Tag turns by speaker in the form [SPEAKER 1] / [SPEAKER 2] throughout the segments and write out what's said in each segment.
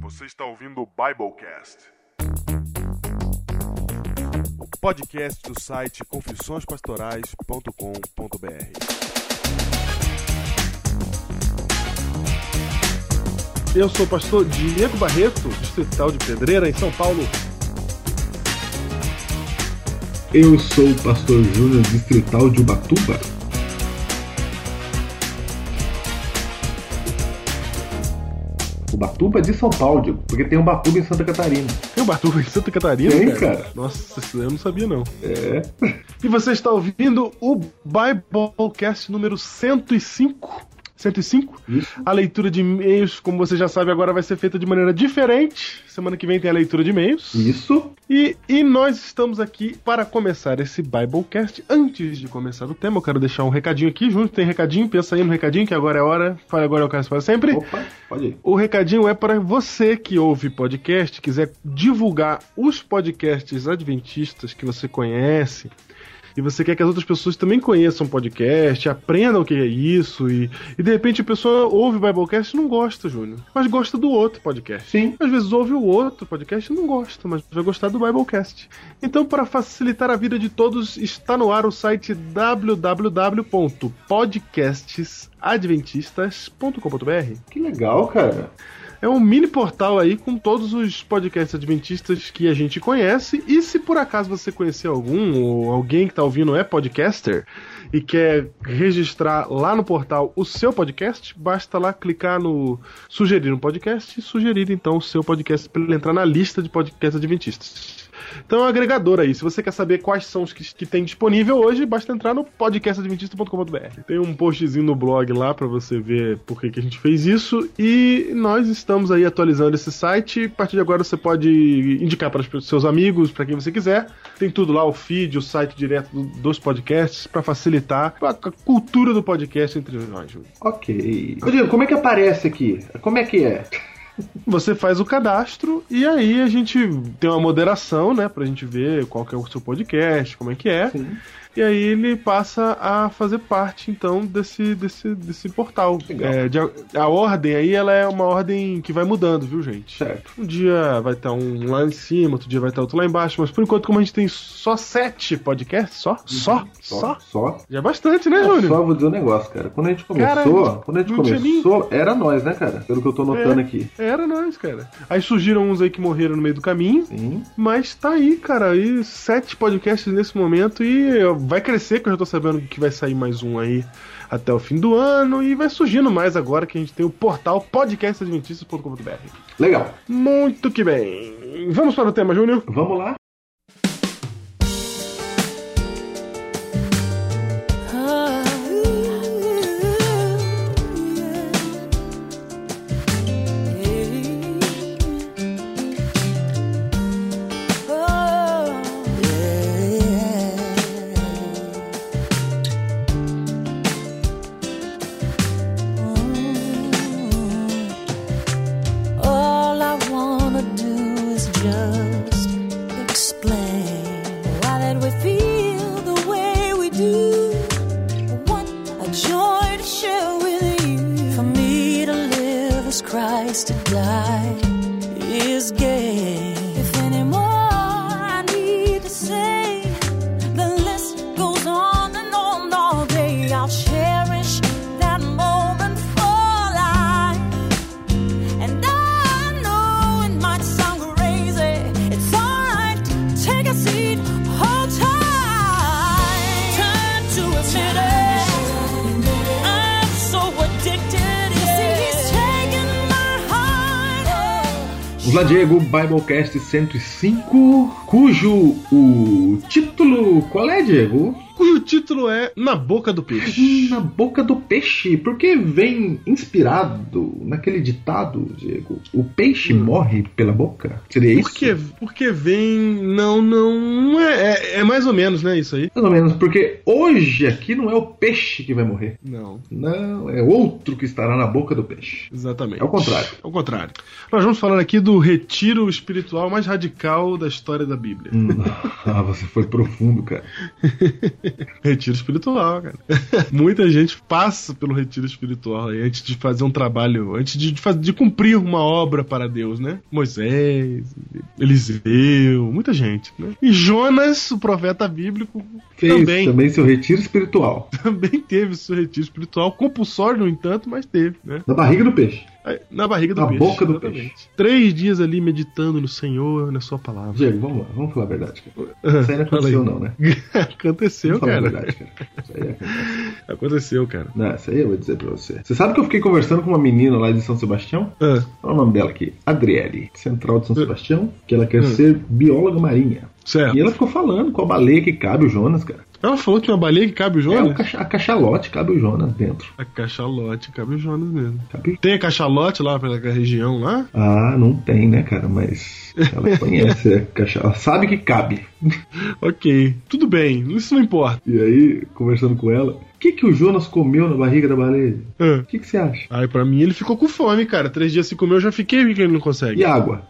[SPEAKER 1] Você está ouvindo o Biblecast. O podcast do site confissõespastorais.com.br.
[SPEAKER 2] Eu sou o pastor Diego Barreto, distrital de Pedreira, em São Paulo.
[SPEAKER 3] Eu sou o pastor Júnior Distrital de Ubatuba. Ubatuba é de São Paulo, Diego, porque tem Ubatuba em Santa Catarina.
[SPEAKER 2] Tem Ubatuba em Santa Catarina?
[SPEAKER 3] Tem, cara.
[SPEAKER 2] Nossa, isso eu não sabia não.
[SPEAKER 3] É.
[SPEAKER 2] E você está ouvindo o Biblecast número 105. 105.
[SPEAKER 3] Isso.
[SPEAKER 2] A leitura de e-mails, como você já sabe, agora vai ser feita de maneira diferente. Semana que vem tem a leitura de e-mails.
[SPEAKER 3] Hum. Isso.
[SPEAKER 2] E, e nós estamos aqui para começar esse Biblecast. Antes de começar o tema, eu quero deixar um recadinho aqui. Junto tem recadinho, pensa aí no recadinho, que agora é a hora. Fala agora, é o caso para sempre.
[SPEAKER 3] Opa, pode ir.
[SPEAKER 2] O recadinho é para você que ouve podcast, quiser divulgar os podcasts adventistas que você conhece. E você quer que as outras pessoas também conheçam podcast, aprendam o que é isso, e, e de repente a pessoa ouve o Biblecast e não gosta, Júnior. Mas gosta do outro podcast.
[SPEAKER 3] Sim.
[SPEAKER 2] Às vezes ouve o outro podcast e não gosta, mas vai gostar do Biblecast. Então, para facilitar a vida de todos, está no ar o site www.podcastesadventistas.com.br.
[SPEAKER 3] Que legal, cara.
[SPEAKER 2] É um mini portal aí com todos os podcasts adventistas que a gente conhece. E se por acaso você conhecer algum ou alguém que tá ouvindo é podcaster e quer registrar lá no portal o seu podcast, basta lá clicar no sugerir um podcast e sugerir então o seu podcast para ele entrar na lista de podcasts adventistas. Então é um agregador aí. Se você quer saber quais são os que, que tem disponível hoje, basta entrar no podcastadventista.com.br. Tem um postzinho no blog lá para você ver por que, que a gente fez isso. E nós estamos aí atualizando esse site. A partir de agora você pode indicar para os seus amigos, para quem você quiser. Tem tudo lá, o feed, o site direto do- dos podcasts, para facilitar a a cultura do podcast entre nós. Júlio.
[SPEAKER 3] Ok. Ô, Diego, como é que aparece aqui? Como é que é?
[SPEAKER 2] Você faz o cadastro e aí a gente tem uma moderação, né? Pra gente ver qual que é o seu podcast, como é que é.
[SPEAKER 3] Sim.
[SPEAKER 2] E aí ele passa a fazer parte, então, desse, desse, desse portal.
[SPEAKER 3] Legal.
[SPEAKER 2] É, de a, a ordem aí, ela é uma ordem que vai mudando, viu, gente?
[SPEAKER 3] Certo.
[SPEAKER 2] Um dia vai estar um lá em cima, outro dia vai estar outro lá embaixo, mas por enquanto, como a gente tem só sete podcasts, só? Só? Só?
[SPEAKER 3] Uhum. Só.
[SPEAKER 2] Já é bastante, né,
[SPEAKER 3] Só,
[SPEAKER 2] Júnior?
[SPEAKER 3] só vou dizer um negócio, cara. Quando a gente começou,
[SPEAKER 2] Cara,
[SPEAKER 3] quando a gente
[SPEAKER 2] não tinha
[SPEAKER 3] começou, era nós, né, cara? Pelo que eu tô notando
[SPEAKER 2] É.
[SPEAKER 3] aqui.
[SPEAKER 2] Era nós, cara. Aí surgiram uns aí que morreram no meio do caminho,
[SPEAKER 3] Sim.
[SPEAKER 2] Mas tá aí, cara, aí sete podcasts nesse momento e vai crescer, que eu já tô sabendo que vai sair mais um aí até o fim do ano e vai surgindo mais agora que a gente tem o portal podcastadventistas.com.br.
[SPEAKER 3] Legal.
[SPEAKER 2] Muito que bem. Vamos para o tema, Júnior.
[SPEAKER 3] Vamos lá?
[SPEAKER 4] All I wanna do is just explain why that we feel the way we do. What a joy to share with you. For me to live is Christ to die is gain. If any more I need to say, the list goes on and on all day. I'll cherish that moment for life. And I know it might sound crazy. It's alright. Take a seat. Hold tight. Turn to a minute. I'm so addicted. You see, he's taking my heart.
[SPEAKER 3] Vamos lá, Diego, Biblecast 105, cujo o título qual é, Diego?
[SPEAKER 2] Cujo título é Na Boca do Peixe.
[SPEAKER 3] Na boca do peixe, porque vem inspirado naquele ditado, Diego. O peixe morre pela boca? Seria isso?
[SPEAKER 2] Porque, porque vem. Não, não. não É, é, é mais ou menos, né? Isso aí?
[SPEAKER 3] Mais ou menos, porque hoje aqui não é o peixe que vai morrer.
[SPEAKER 2] Não.
[SPEAKER 3] Não, é outro que estará na boca do peixe.
[SPEAKER 2] Exatamente.
[SPEAKER 3] É o contrário.
[SPEAKER 2] É o contrário. Nós vamos falar aqui do retiro espiritual mais radical da história da Bíblia.
[SPEAKER 3] Hum, ah, você foi profundo, cara.
[SPEAKER 2] retiro espiritual, cara. Muita gente passa pelo retiro espiritual aí antes de fazer um trabalho, antes de, de, faz- de cumprir uma obra para Deus, né? Moisés, Eliseu, muita gente, né? E Jonas, o profeta bíblico,
[SPEAKER 3] Fez
[SPEAKER 2] também.
[SPEAKER 3] também. seu retiro espiritual.
[SPEAKER 2] também teve seu retiro espiritual, compulsório, no entanto, mas teve, né?
[SPEAKER 3] Na barriga do peixe.
[SPEAKER 2] Aí, Na barriga do
[SPEAKER 3] Na
[SPEAKER 2] peixe.
[SPEAKER 3] boca do
[SPEAKER 2] Três dias ali meditando no Senhor, na sua palavra.
[SPEAKER 3] Diego, vamos lá, vamos falar a verdade. Cara. Isso aí
[SPEAKER 2] Fala aí.
[SPEAKER 3] não aconteceu, não, né?
[SPEAKER 2] Aconteceu,
[SPEAKER 3] Vamos falar
[SPEAKER 2] cara.
[SPEAKER 3] a verdade, cara. Isso aí aconteceu.
[SPEAKER 2] Aconteceu, cara.
[SPEAKER 3] Não, isso aí eu vou dizer pra você. Você sabe que eu fiquei conversando com uma menina lá de São Sebastião?
[SPEAKER 2] Ah,
[SPEAKER 3] Olha o nome dela aqui, Adriele, Central de São
[SPEAKER 2] Hum.
[SPEAKER 3] Sebastião, que ela quer
[SPEAKER 2] Hum. É.
[SPEAKER 3] ser bióloga marinha.
[SPEAKER 2] certo.
[SPEAKER 3] E ela ficou falando qual baleia que cabe o Jonas, cara.
[SPEAKER 2] Ela falou que uma baleia que cabe o
[SPEAKER 3] É o
[SPEAKER 2] Jonas?
[SPEAKER 3] cacha- a cachalote cabe o Jonas dentro.
[SPEAKER 2] A cachalote cabe o Jonas mesmo.
[SPEAKER 3] Cabe...
[SPEAKER 2] Tem a cachalote lá pela região lá?
[SPEAKER 3] Ah, não tem, né, cara? Mas ela conhece a cachalote. Ela sabe que cabe.
[SPEAKER 2] Ok. Tudo bem, isso não importa.
[SPEAKER 3] E aí, conversando com ela, o que, que o Jonas comeu na barriga da baleia?
[SPEAKER 2] Ah.
[SPEAKER 3] O que, que você acha?
[SPEAKER 2] Aí pra mim ele ficou com fome, cara. Três dias sem comer eu já fiquei vi que ele não consegue.
[SPEAKER 3] E água?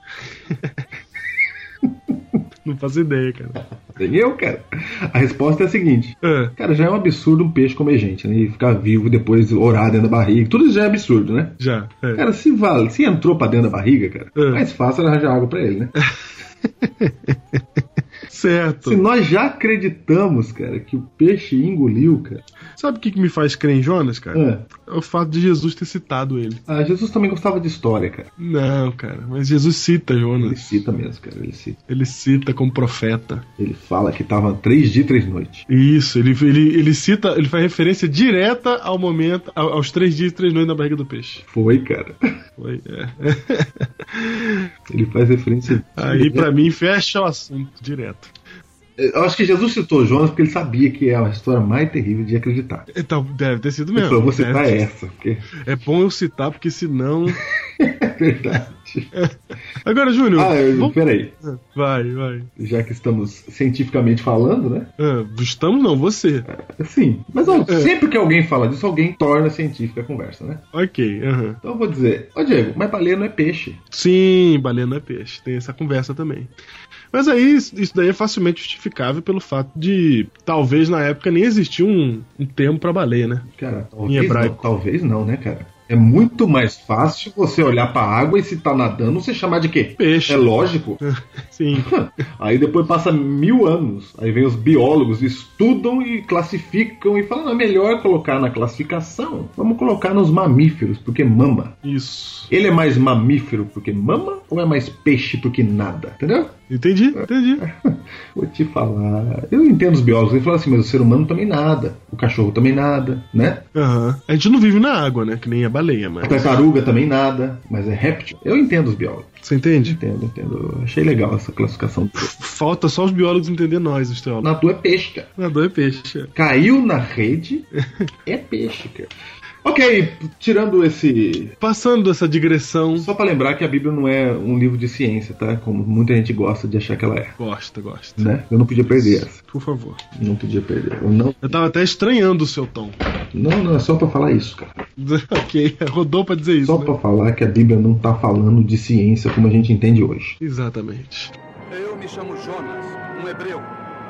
[SPEAKER 2] Não faço ideia, cara.
[SPEAKER 3] Tem eu, cara. A resposta é a seguinte.
[SPEAKER 2] Ah,
[SPEAKER 3] Cara, já é um absurdo um peixe comer gente, né? E ficar vivo e depois orar dentro da barriga. Tudo isso já é absurdo, né?
[SPEAKER 2] já. é.
[SPEAKER 3] Cara, se vale, se entrou pra dentro da barriga, cara,
[SPEAKER 2] É.
[SPEAKER 3] mais fácil era arranjar água pra ele, né?
[SPEAKER 2] Certo.
[SPEAKER 3] Se nós já acreditamos, cara, que o peixe engoliu, cara.
[SPEAKER 2] Sabe o que, que me faz crer em Jonas, cara?
[SPEAKER 3] Ah,
[SPEAKER 2] É o fato de Jesus ter citado ele.
[SPEAKER 3] ah, Jesus também gostava de história, cara.
[SPEAKER 2] Não, cara, mas Jesus cita
[SPEAKER 3] Ele
[SPEAKER 2] Jonas.
[SPEAKER 3] cita mesmo, cara. Ele cita.
[SPEAKER 2] Ele cita como profeta.
[SPEAKER 3] Ele fala que tava três dias e três noites.
[SPEAKER 2] Isso, ele, ele, ele cita, ele faz referência direta ao momento, ao- aos três dias e três noites na barriga do peixe.
[SPEAKER 3] Foi, cara.
[SPEAKER 2] Foi, é.
[SPEAKER 3] Ele faz referência.
[SPEAKER 2] Aí pra mim fecha o assunto direto.
[SPEAKER 3] Eu acho que Jesus citou Jonas porque ele sabia que é a história mais terrível de acreditar.
[SPEAKER 2] Então, deve ter sido
[SPEAKER 3] Ele
[SPEAKER 2] mesmo.
[SPEAKER 3] falou, vou citar
[SPEAKER 2] Deve-
[SPEAKER 3] essa, porque
[SPEAKER 2] é bom eu citar, porque senão.
[SPEAKER 3] é verdade.
[SPEAKER 2] Agora, Júnior.
[SPEAKER 3] Ah, eu,
[SPEAKER 2] vamos-
[SPEAKER 3] peraí.
[SPEAKER 2] Vai, vai.
[SPEAKER 3] já que estamos cientificamente falando, né?
[SPEAKER 2] Ah, estamos não, você.
[SPEAKER 3] Sim. Mas ó,
[SPEAKER 2] É.
[SPEAKER 3] sempre que alguém fala disso, alguém torna científica a conversa, né?
[SPEAKER 2] Ok, aham.
[SPEAKER 3] Então eu vou dizer, ó Diego, mas baleia não é peixe.
[SPEAKER 2] Sim, baleia não é peixe. Tem essa conversa também. Mas aí, isso isso daí é facilmente justificável pelo fato de talvez na época nem existia um, um termo pra baleia, né?
[SPEAKER 3] Cara,
[SPEAKER 2] Em
[SPEAKER 3] talvez não,
[SPEAKER 2] hebraico.
[SPEAKER 3] talvez não, né, cara? É muito mais fácil você olhar pra água e se tá nadando, você chamar de quê?
[SPEAKER 2] Peixe.
[SPEAKER 3] É lógico.
[SPEAKER 2] Sim.
[SPEAKER 3] Aí depois passa mil anos, aí vem os biólogos, estudam e classificam e falam, não, é melhor colocar na classificação, vamos colocar nos mamíferos, porque mama.
[SPEAKER 2] Isso.
[SPEAKER 3] Ele é mais mamífero porque mama ou é mais peixe porque nada? Entendeu?
[SPEAKER 2] Entendi, entendi.
[SPEAKER 3] Vou te falar. Eu entendo os biólogos. Eles falam assim, mas o ser humano também nada. O cachorro também nada, né?
[SPEAKER 2] Aham. A gente não vive na água, né? Que nem a baleia, mas.
[SPEAKER 3] A tartaruga também nada. Mas é réptil. Eu entendo os biólogos.
[SPEAKER 2] Você entende?
[SPEAKER 3] Entendo, entendo. Eu Achei legal essa classificação.
[SPEAKER 2] Falta só os biólogos entender nós, os teólogos.
[SPEAKER 3] Na tua é peixe, cara.
[SPEAKER 2] Nadador é peixe.
[SPEAKER 3] Caiu na rede, é peixe, cara. Ok, tirando esse.
[SPEAKER 2] Passando essa digressão.
[SPEAKER 3] Só pra lembrar que a Bíblia não é um livro de ciência, tá? Como muita gente gosta de achar que ela é.
[SPEAKER 2] Gosta, gosta.
[SPEAKER 3] Né? Eu não podia perder essa.
[SPEAKER 2] Por favor.
[SPEAKER 3] Não podia perder. Eu não,
[SPEAKER 2] Eu tava até estranhando o seu tom.
[SPEAKER 3] não, não, é só pra falar isso, cara.
[SPEAKER 2] ok, rodou pra dizer isso.
[SPEAKER 3] Só
[SPEAKER 2] né?
[SPEAKER 3] pra falar que a Bíblia não tá falando de ciência como a gente entende hoje.
[SPEAKER 2] Exatamente.
[SPEAKER 5] Eu me chamo Jonas, um hebreu.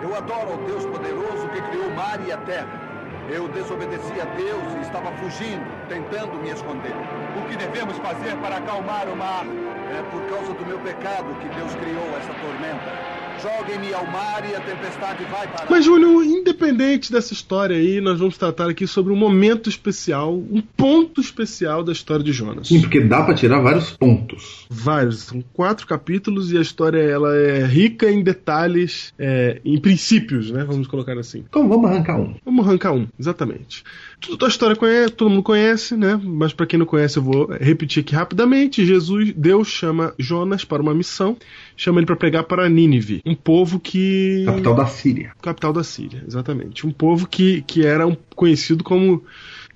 [SPEAKER 5] Eu adoro ao Deus poderoso que criou o mar e a terra. Eu desobedeci a Deus e estava fugindo, tentando me esconder. O que devemos fazer para acalmar o mar? É por causa do meu pecado que Deus criou essa tormenta. Joguem-me ao mar e a tempestade vai parar.
[SPEAKER 2] Mas, Júlio, independente dessa história aí, nós vamos tratar aqui sobre um momento especial, um ponto especial da história de Jonas.
[SPEAKER 3] Sim, porque dá pra tirar vários pontos.
[SPEAKER 2] Vários, são quatro capítulos e a história ela é rica em detalhes, é, em princípios, né? Vamos colocar assim.
[SPEAKER 3] Então vamos arrancar um.
[SPEAKER 2] Vamos arrancar um, exatamente. Tudo a história conhece, todo mundo conhece, né? Mas para quem não conhece, eu vou repetir aqui rapidamente. Jesus, Deus chama Jonas para uma missão, chama ele para pregar para Nínive, um povo que
[SPEAKER 3] Capital da Síria.
[SPEAKER 2] capital da Síria, exatamente. Um povo que, que era um, conhecido como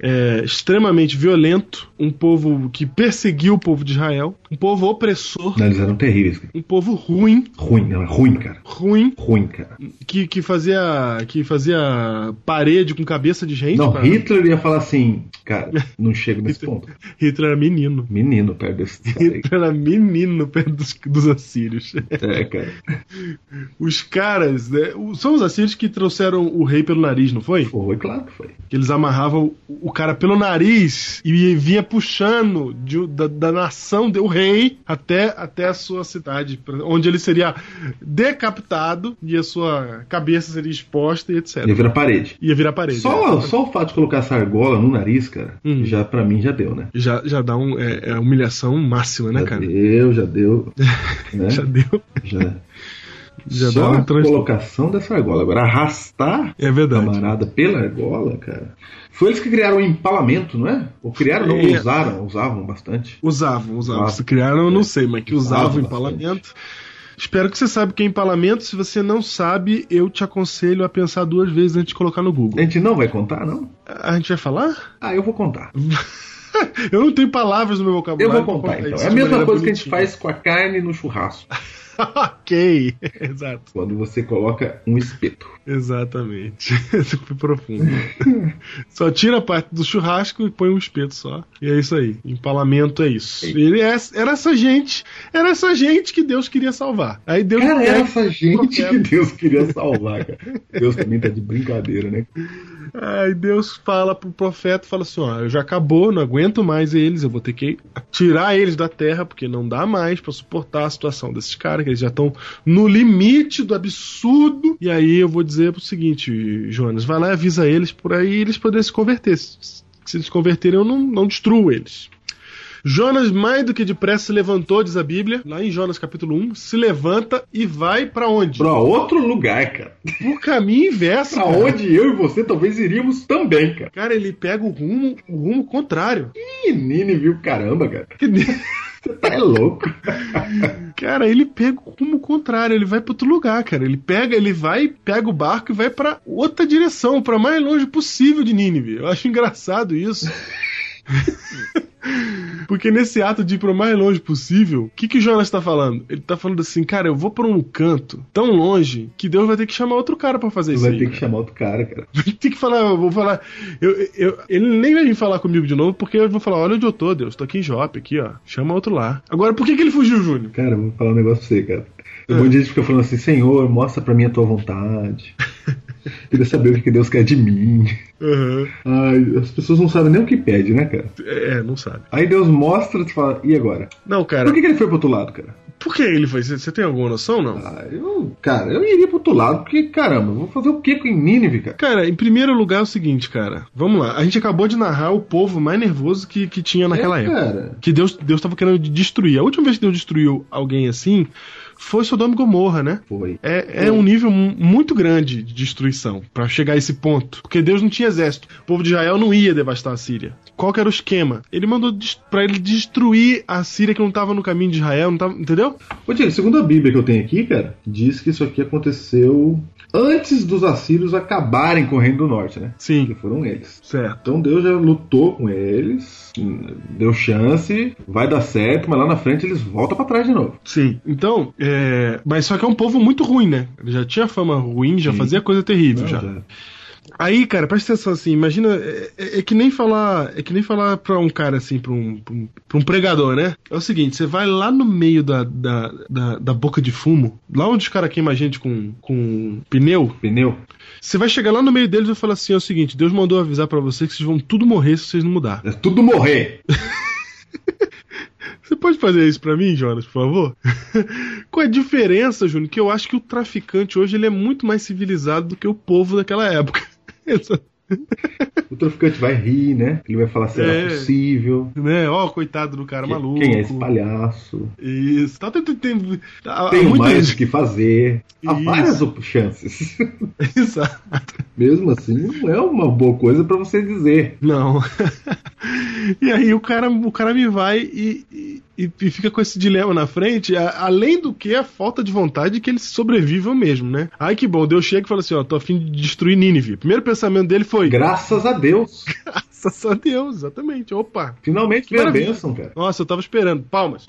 [SPEAKER 2] é, extremamente violento, um povo que perseguiu o povo de Israel, um povo opressor,
[SPEAKER 3] Não, eles eram terríveis. cara.
[SPEAKER 2] um povo ruim,
[SPEAKER 3] Ruim, não, é ruim, cara.
[SPEAKER 2] ruim,
[SPEAKER 3] Ruim, cara.
[SPEAKER 2] que, que fazia que fazia parede com cabeça de gente.
[SPEAKER 3] Não,
[SPEAKER 2] cara.
[SPEAKER 3] Hitler ia falar assim, cara, não chego nesse ponto.
[SPEAKER 2] Hitler era menino.
[SPEAKER 3] Menino, perto desse cara aí.
[SPEAKER 2] Hitler era menino perto dos, dos assírios.
[SPEAKER 3] É, cara.
[SPEAKER 2] Os caras, né, o- são os assírios que trouxeram o rei pelo nariz, não foi?
[SPEAKER 3] Foi, claro que foi.
[SPEAKER 2] Que eles amarravam o cara pelo nariz e vinha puxando de- da, da nação do rei até, até a sua cidade, pra- onde ele seria decapitado e a sua cabeça seria exposta e etc.
[SPEAKER 3] Ia virar parede.
[SPEAKER 2] Ia virar parede.
[SPEAKER 3] Só, só o fato de colocar essa argola no nariz, cara,
[SPEAKER 2] é. Hum.
[SPEAKER 3] já pra mim já deu, né?
[SPEAKER 2] Já, já dá um, é, é humilhação máxima, né,
[SPEAKER 3] Já
[SPEAKER 2] cara?
[SPEAKER 3] deu, já deu. né?
[SPEAKER 2] Já deu.
[SPEAKER 3] Já-
[SPEAKER 2] Já
[SPEAKER 3] Só
[SPEAKER 2] dá um
[SPEAKER 3] a
[SPEAKER 2] trans...
[SPEAKER 3] colocação dessa argola. Agora, arrastar
[SPEAKER 2] É
[SPEAKER 3] a
[SPEAKER 2] verdade.
[SPEAKER 3] camarada pela argola, cara. Foi eles que criaram o empalamento, não é? Ou criaram, não,
[SPEAKER 2] É.
[SPEAKER 3] usaram, usavam bastante.
[SPEAKER 2] Usavam, usavam.
[SPEAKER 3] Ah,
[SPEAKER 2] Se criaram, eu não sei, mas que usavam
[SPEAKER 3] Usavam
[SPEAKER 2] em
[SPEAKER 3] bastante.
[SPEAKER 2] parlamento. Espero que você saiba o que é empalamento. Se você não sabe, eu te aconselho a pensar duas vezes antes de colocar no
[SPEAKER 3] A
[SPEAKER 2] Google.
[SPEAKER 3] gente não vai contar, não?
[SPEAKER 2] A gente vai falar?
[SPEAKER 3] Ah, eu vou contar.
[SPEAKER 2] Eu não tenho palavras no meu
[SPEAKER 3] Eu
[SPEAKER 2] vocabulário.
[SPEAKER 3] vou
[SPEAKER 2] pra
[SPEAKER 3] contar, então.
[SPEAKER 2] isso
[SPEAKER 3] É a
[SPEAKER 2] de
[SPEAKER 3] mesma
[SPEAKER 2] maneira
[SPEAKER 3] coisa que a gente
[SPEAKER 2] bonitinha.
[SPEAKER 3] faz com a carne no churrasco.
[SPEAKER 2] ok, exato.
[SPEAKER 3] Quando você coloca um espeto.
[SPEAKER 2] Exatamente. Isso Foi profundo. só tira a parte do churrasco e põe um espeto só. E é isso aí. Empalamento é isso. Ele é- era essa gente, era essa gente que Deus queria salvar. Aí Deus
[SPEAKER 3] Cara, era
[SPEAKER 2] pega-
[SPEAKER 3] essa gente que
[SPEAKER 2] qualquer-
[SPEAKER 3] Deus queria salvar, cara. Deus também tá de brincadeira, né?
[SPEAKER 2] Aí Deus fala pro profeta, fala assim, ó, eu já acabou, não aguento mais eles, eu vou ter que tirar eles da terra, porque não dá mais pra suportar a situação desses caras, que eles já estão no limite do absurdo. E aí eu vou dizer o seguinte, Jonas, vai lá e avisa eles por aí eles poderem se converter. Se se eles se converterem, eu não, não destruo eles. Jonas, mais do que depressa, se levantou, diz a Bíblia, lá em Jonas capítulo 1, se levanta e vai pra onde?
[SPEAKER 3] Pra outro lugar, cara.
[SPEAKER 2] Pro caminho inverso.
[SPEAKER 3] Pra
[SPEAKER 2] cara.
[SPEAKER 3] onde eu e você talvez iríamos também, cara.
[SPEAKER 2] Cara, ele pega o rumo, o rumo contrário.
[SPEAKER 3] Que Nini viu, caramba, cara. Você tá é louco.
[SPEAKER 2] Cara, ele pega o rumo contrário, ele vai pra outro lugar, cara. Ele pega, ele vai, pega o barco e vai pra outra direção, pra mais longe possível de Nínive. Eu acho engraçado isso. Porque nesse ato de ir pro mais longe possível, o que, que o Jonas tá falando? Ele tá falando assim, cara, eu vou pra um canto tão longe que Deus vai ter que chamar outro cara pra fazer
[SPEAKER 3] Você
[SPEAKER 2] isso.
[SPEAKER 3] vai
[SPEAKER 2] aí,
[SPEAKER 3] ter
[SPEAKER 2] cara."
[SPEAKER 3] que chamar outro cara, cara.
[SPEAKER 2] tem que falar, eu vou falar. Eu, eu- ele nem vai vir falar comigo de novo, porque eu vou falar: olha onde eu tô, Deus, tô aqui em Jope, aqui, ó. Chama outro lá. Agora, por que, que ele fugiu, Júnior?
[SPEAKER 3] Cara, eu vou falar um negócio pra você, cara.
[SPEAKER 2] É.
[SPEAKER 3] Um monte de gente fica falando assim, Senhor, mostra pra mim a tua vontade. Queria saber o que que Deus quer de mim. Ai, as pessoas não sabem nem o que pede, né, cara?
[SPEAKER 2] É, é, não sabe.
[SPEAKER 3] Aí Deus mostra e fala, e agora?
[SPEAKER 2] Não, cara,
[SPEAKER 3] Por que, que ele foi pro outro lado, cara?
[SPEAKER 2] por que ele foi? Você tem alguma noção, não?
[SPEAKER 3] Ah, eu, cara, eu iria pro outro lado, porque, caramba, eu vou fazer o que com Nínive, cara?
[SPEAKER 2] Cara, em primeiro lugar é o seguinte, cara. Vamos lá. A gente acabou de narrar o povo mais nervoso que, que tinha naquela
[SPEAKER 3] É,
[SPEAKER 2] época.
[SPEAKER 3] Cara,
[SPEAKER 2] Que Deus, Deus tava querendo destruir. A última vez que Deus destruiu alguém assim foi Sodoma e Gomorra, né?
[SPEAKER 3] foi.
[SPEAKER 2] É, é um nível mu- muito grande de destruição pra chegar a esse ponto. Porque Deus não tinha exército. O povo de Israel não ia devastar a Síria. Qual que era o esquema? Ele mandou des- pra ele destruir a Síria que não tava no caminho de Israel, não tava, entendeu?
[SPEAKER 3] Ô, Diego, segundo a Bíblia que eu tenho aqui, cara, diz que isso aqui aconteceu antes dos assírios acabarem com o Reino do Norte, né? Que
[SPEAKER 2] Sim.
[SPEAKER 3] foram eles.
[SPEAKER 2] Certo.
[SPEAKER 3] Então Deus já lutou com eles, deu chance, vai dar certo, mas lá na frente eles voltam pra trás de novo.
[SPEAKER 2] Sim. Então, é... mas só que é um povo muito ruim, né? Ele já tinha fama ruim, já
[SPEAKER 3] Sim.
[SPEAKER 2] fazia coisa terrível já.
[SPEAKER 3] Já.
[SPEAKER 2] Aí, cara, presta atenção assim, imagina, é, é- é que nem falar, é que nem falar pra um cara assim, pra um, pra um, pra um pregador, né? É o seguinte, você vai lá no meio da, da, da, da boca de fumo, lá onde os caras queimam gente com, com pneu,
[SPEAKER 3] Pneu?
[SPEAKER 2] você vai chegar lá no meio deles e vai falar assim, é o seguinte, Deus mandou avisar pra vocês que vocês vão tudo morrer se vocês não mudar.
[SPEAKER 3] É tudo morrer.
[SPEAKER 2] Você pode fazer isso pra mim, Jonas, por favor? Qual é a diferença, Júnior? Que eu acho que o traficante hoje ele é muito mais civilizado do que o povo daquela época.
[SPEAKER 3] O traficante vai rir, né? Ele vai falar se
[SPEAKER 2] É.
[SPEAKER 3] era possível.
[SPEAKER 2] né? Ó, coitado do cara
[SPEAKER 3] Que-
[SPEAKER 2] maluco.
[SPEAKER 3] Quem é esse palhaço?
[SPEAKER 2] Isso. Tá, tem, tem, tem, há- há
[SPEAKER 3] Tenho
[SPEAKER 2] muita
[SPEAKER 3] mais o
[SPEAKER 2] gente-
[SPEAKER 3] que fazer. Há
[SPEAKER 2] Tá Isso.
[SPEAKER 3] várias op- chances.
[SPEAKER 2] Exato.
[SPEAKER 3] Mesmo assim, não é uma boa coisa pra você dizer.
[SPEAKER 2] Não. e aí o cara, o cara me vai e, e, e, e fica com esse dilema na frente, a- além do que a falta de vontade que eles sobrevivam mesmo, né? Ai que bom, Deus chega e fala assim: ó, tô afim de destruir Nínive. Primeiro pensamento dele foi:
[SPEAKER 3] Graças a Deus.
[SPEAKER 2] graças a Deus, exatamente, opa.
[SPEAKER 3] Finalmente veio a
[SPEAKER 2] Maravilha.
[SPEAKER 3] bênção, cara.
[SPEAKER 2] Nossa, eu tava esperando, palmas.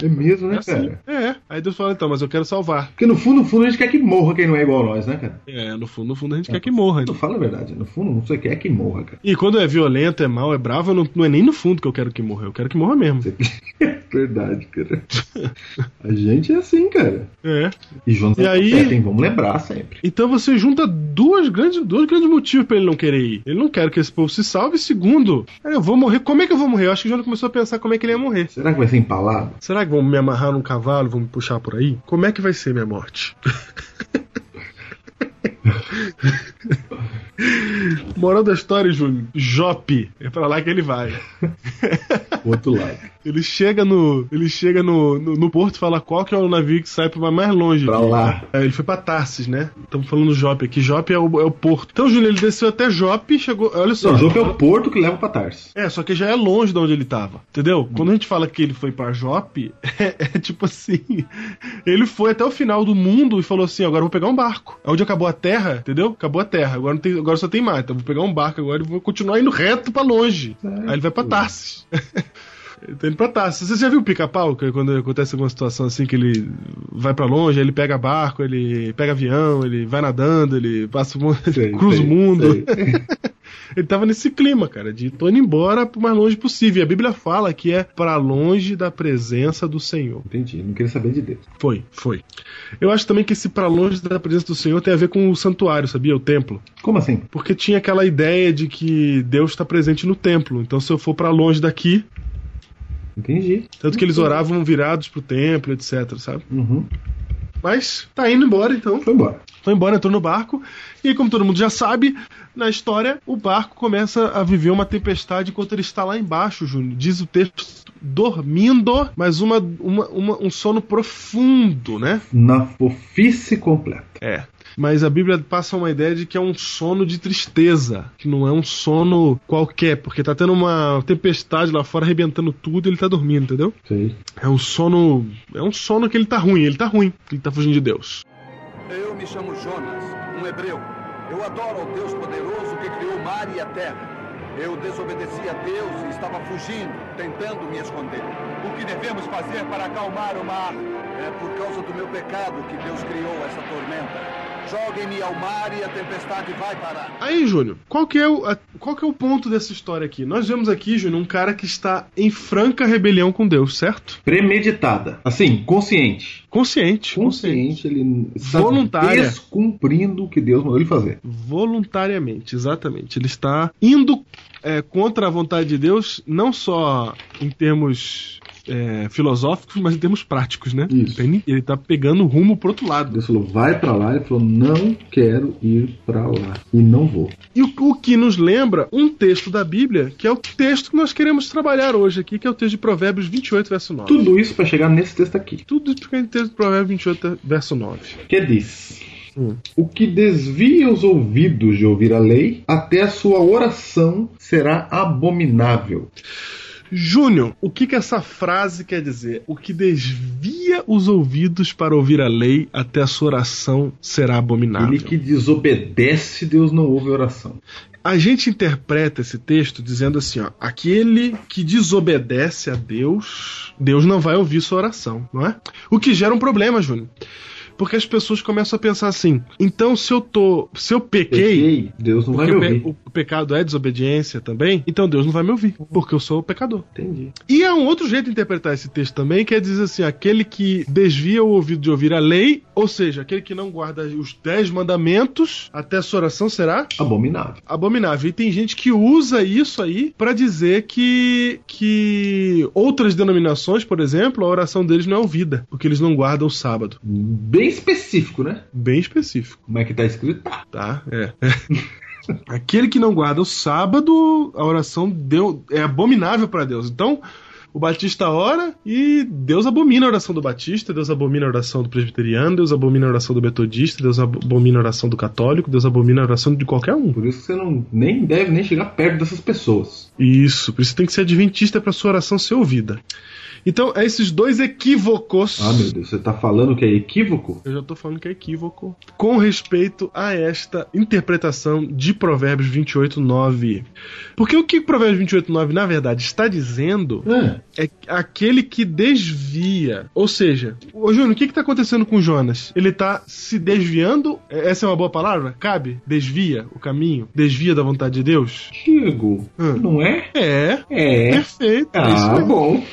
[SPEAKER 3] É mesmo, né,
[SPEAKER 2] É assim,
[SPEAKER 3] cara?
[SPEAKER 2] é. Aí Deus fala: então, mas eu quero salvar.
[SPEAKER 3] Porque no fundo, no fundo, a gente quer que morra quem não é igual a nós, né, cara?
[SPEAKER 2] É, no fundo, no fundo a gente quer que morra. né?
[SPEAKER 3] Tu fala a verdade. No fundo, você quer que morra, cara.
[SPEAKER 2] E quando é violento, é mal, é bravo, não, não é nem no fundo que eu quero que morra, eu quero que morra mesmo.
[SPEAKER 3] Verdade, cara. A gente é assim, cara.
[SPEAKER 2] É.
[SPEAKER 3] E Jonas
[SPEAKER 2] E
[SPEAKER 3] é
[SPEAKER 2] aí-
[SPEAKER 3] profeta, hein? Vamos lembrar sempre.
[SPEAKER 2] Então você junta duas grandes, dois grandes motivos pra ele não querer ir. Ele não quer que esse povo se salve. Segundo, é, eu vou morrer. Como é que eu vou morrer? Eu acho que o Jonas começou a pensar como é que ele ia morrer.
[SPEAKER 3] Será que vai ser empalado?
[SPEAKER 2] Será que vão me amarrar num cavalo, vão me puxar por aí? Como é que vai ser minha morte? Moral da história, Júlio. Jope. É pra lá que ele vai.
[SPEAKER 3] O outro lado.
[SPEAKER 2] Ele chega no, ele chega no, no, no porto e fala qual que é o navio que sai pra mais longe.
[SPEAKER 3] Pra
[SPEAKER 2] aqui.
[SPEAKER 3] lá.
[SPEAKER 2] É, ele foi pra Tarsis, né? Estamos falando Jope aqui. Jope é o, é o porto. Então, Júlio, ele desceu até Jope e chegou. Olha só.
[SPEAKER 3] Não, Jope é o porto que leva pra Tarso.
[SPEAKER 2] É, só que já é longe de onde ele tava. Entendeu?
[SPEAKER 3] Hum.
[SPEAKER 2] Quando a gente fala que ele foi pra Jope, é, é tipo assim. Ele foi até o final do mundo e falou assim: agora eu vou pegar um barco. Onde acabou a terra, entendeu? Acabou a terra. Agora, não tem, agora só tem mar. Então eu vou pegar um barco agora e vou continuar indo reto pra longe.
[SPEAKER 3] Certo.
[SPEAKER 2] Aí ele vai pra Tarsis. Ele tá indo pra Tarsis. Você já viu o pica-pau? Que Quando acontece alguma situação assim que ele vai pra longe, aí ele pega barco, ele pega avião, ele vai nadando, ele passa o mundo,
[SPEAKER 3] Sei,
[SPEAKER 2] cruza o
[SPEAKER 3] sei,
[SPEAKER 2] mundo.
[SPEAKER 3] sei. É,
[SPEAKER 2] Ele tava nesse clima, cara, de tô indo embora pro mais longe possível. E a Bíblia fala que é pra longe da presença do Senhor.
[SPEAKER 3] Entendi, não queria saber de Deus.
[SPEAKER 2] Foi, foi. Eu acho também que esse pra longe da presença do Senhor tem a ver com o santuário, sabia? O templo.
[SPEAKER 3] Como assim?
[SPEAKER 2] Porque tinha aquela ideia de que Deus está presente no templo. Então se eu for pra longe daqui,
[SPEAKER 3] Entendi.
[SPEAKER 2] tanto que eles oravam virados pro templo, etc, sabe?
[SPEAKER 3] Uhum.
[SPEAKER 2] Mas tá indo embora então.
[SPEAKER 3] Foi embora.
[SPEAKER 2] Foi embora, entrou no barco. E como todo mundo já sabe, na história, o barco começa a viver uma tempestade enquanto ele está lá embaixo, Júnior. Diz o texto, dormindo, mas uma, uma- uma- um sono profundo, né?
[SPEAKER 3] Na fofice completa.
[SPEAKER 2] É. Mas a Bíblia passa uma ideia de que é um sono de tristeza, que não é um sono qualquer, porque tá tendo uma tempestade lá fora arrebentando tudo e ele tá dormindo, entendeu?
[SPEAKER 3] Sei.
[SPEAKER 2] É um sono. É um sono que ele tá ruim, ele tá ruim, que ele tá fugindo de Deus.
[SPEAKER 5] Eu me chamo Jonas, um hebreu. Eu adoro ao Deus poderoso que criou o mar e a terra. Eu desobedeci a Deus e estava fugindo, tentando me esconder. O que devemos fazer para acalmar o mar? É por causa do meu pecado que Deus criou essa tormenta. Joguem-me ao mar e a tempestade vai parar.
[SPEAKER 2] Aí, Júnior, qual que, é o, a- qual que é o ponto dessa história aqui? Nós vemos aqui, Júnior, um cara que está em franca rebelião com Deus, certo?
[SPEAKER 3] Premeditada. Assim, consciente.
[SPEAKER 2] Consciente.
[SPEAKER 3] Consciente, ele está
[SPEAKER 2] Voluntária.
[SPEAKER 3] descumprindo o que Deus mandou ele fazer.
[SPEAKER 2] Voluntariamente, exatamente. Ele está indo é, contra a vontade de Deus, não só em termos é, filosóficos, mas em termos práticos, né?
[SPEAKER 3] Isso.
[SPEAKER 2] Ele ele está pegando o rumo pro outro lado.
[SPEAKER 3] Deus falou, vai pra lá. Ele falou, não quero ir pra lá. E não vou.
[SPEAKER 2] E o, o que nos lembra um texto da Bíblia, que é o texto que nós queremos trabalhar hoje aqui, que é o texto de Provérbios 28, verso 9.
[SPEAKER 3] Tudo isso pra chegar nesse texto aqui.
[SPEAKER 2] Tudo isso que é texto de Provérbios 28, verso 9.
[SPEAKER 3] Que é diz:
[SPEAKER 2] Hum.
[SPEAKER 3] O que desvia os ouvidos de ouvir a lei, até a sua oração será abominável.
[SPEAKER 2] Júnior, o que, que essa frase quer dizer? O que desvia os ouvidos para ouvir a lei, até a sua oração será abominável.
[SPEAKER 3] Ele que desobedece, Deus não ouve a oração.
[SPEAKER 2] A gente interpreta esse texto dizendo assim: ó, aquele que desobedece a Deus, Deus não vai ouvir sua oração, não é? O que gera um problema, Júnior. Porque as pessoas começam a pensar assim: então se eu tô. Se eu pequei
[SPEAKER 3] Pequei, Deus não vai
[SPEAKER 2] Porque
[SPEAKER 3] me
[SPEAKER 2] o, pe-
[SPEAKER 3] ouvir.
[SPEAKER 2] o pecado é desobediência também, então Deus não vai me ouvir, porque eu sou o pecador.
[SPEAKER 3] Entendi.
[SPEAKER 2] E há um outro jeito de interpretar esse texto também, que é dizer assim: aquele que desvia o ouvido de ouvir a lei, ou seja, aquele que não guarda os dez mandamentos, até a sua oração será
[SPEAKER 3] Abominável.
[SPEAKER 2] abominável. E tem gente que usa isso aí pra dizer que, que outras denominações, por exemplo, a oração deles não é ouvida, porque eles não guardam o sábado.
[SPEAKER 3] Bem específico, né?
[SPEAKER 2] Bem específico.
[SPEAKER 3] Como é que tá escrito? Tá.
[SPEAKER 2] Tá, é. Aquele que não guarda o sábado, a oração deu, é abominável para Deus. Então, O Batista ora e Deus abomina a oração do Batista, Deus abomina a oração do presbiteriano, Deus abomina a oração do metodista, Deus abomina a oração do católico, Deus abomina a oração de qualquer um.
[SPEAKER 3] Por isso que você não, nem deve nem chegar perto dessas pessoas.
[SPEAKER 2] Isso, por isso tem que ser adventista para sua oração ser ouvida. Então, é esses dois equívocos.
[SPEAKER 3] Ah, meu Deus, você tá falando que é equívoco?
[SPEAKER 2] Eu já tô falando que é equívoco. Com respeito a esta interpretação de Provérbios 28, 9. Porque o que Provérbios 28, 9, na verdade, está dizendo
[SPEAKER 3] É.
[SPEAKER 2] é aquele que desvia. Ou seja, ô Júnior, o que que tá acontecendo com o Jonas? Ele tá se desviando? É- Essa é uma boa palavra? Cabe? Desvia o caminho? Desvia da vontade de Deus?
[SPEAKER 3] Diego,
[SPEAKER 2] Hum.
[SPEAKER 3] não é?
[SPEAKER 2] É.
[SPEAKER 3] É.
[SPEAKER 2] Perfeito. é isso
[SPEAKER 3] Ah,
[SPEAKER 2] mesmo.
[SPEAKER 3] bom.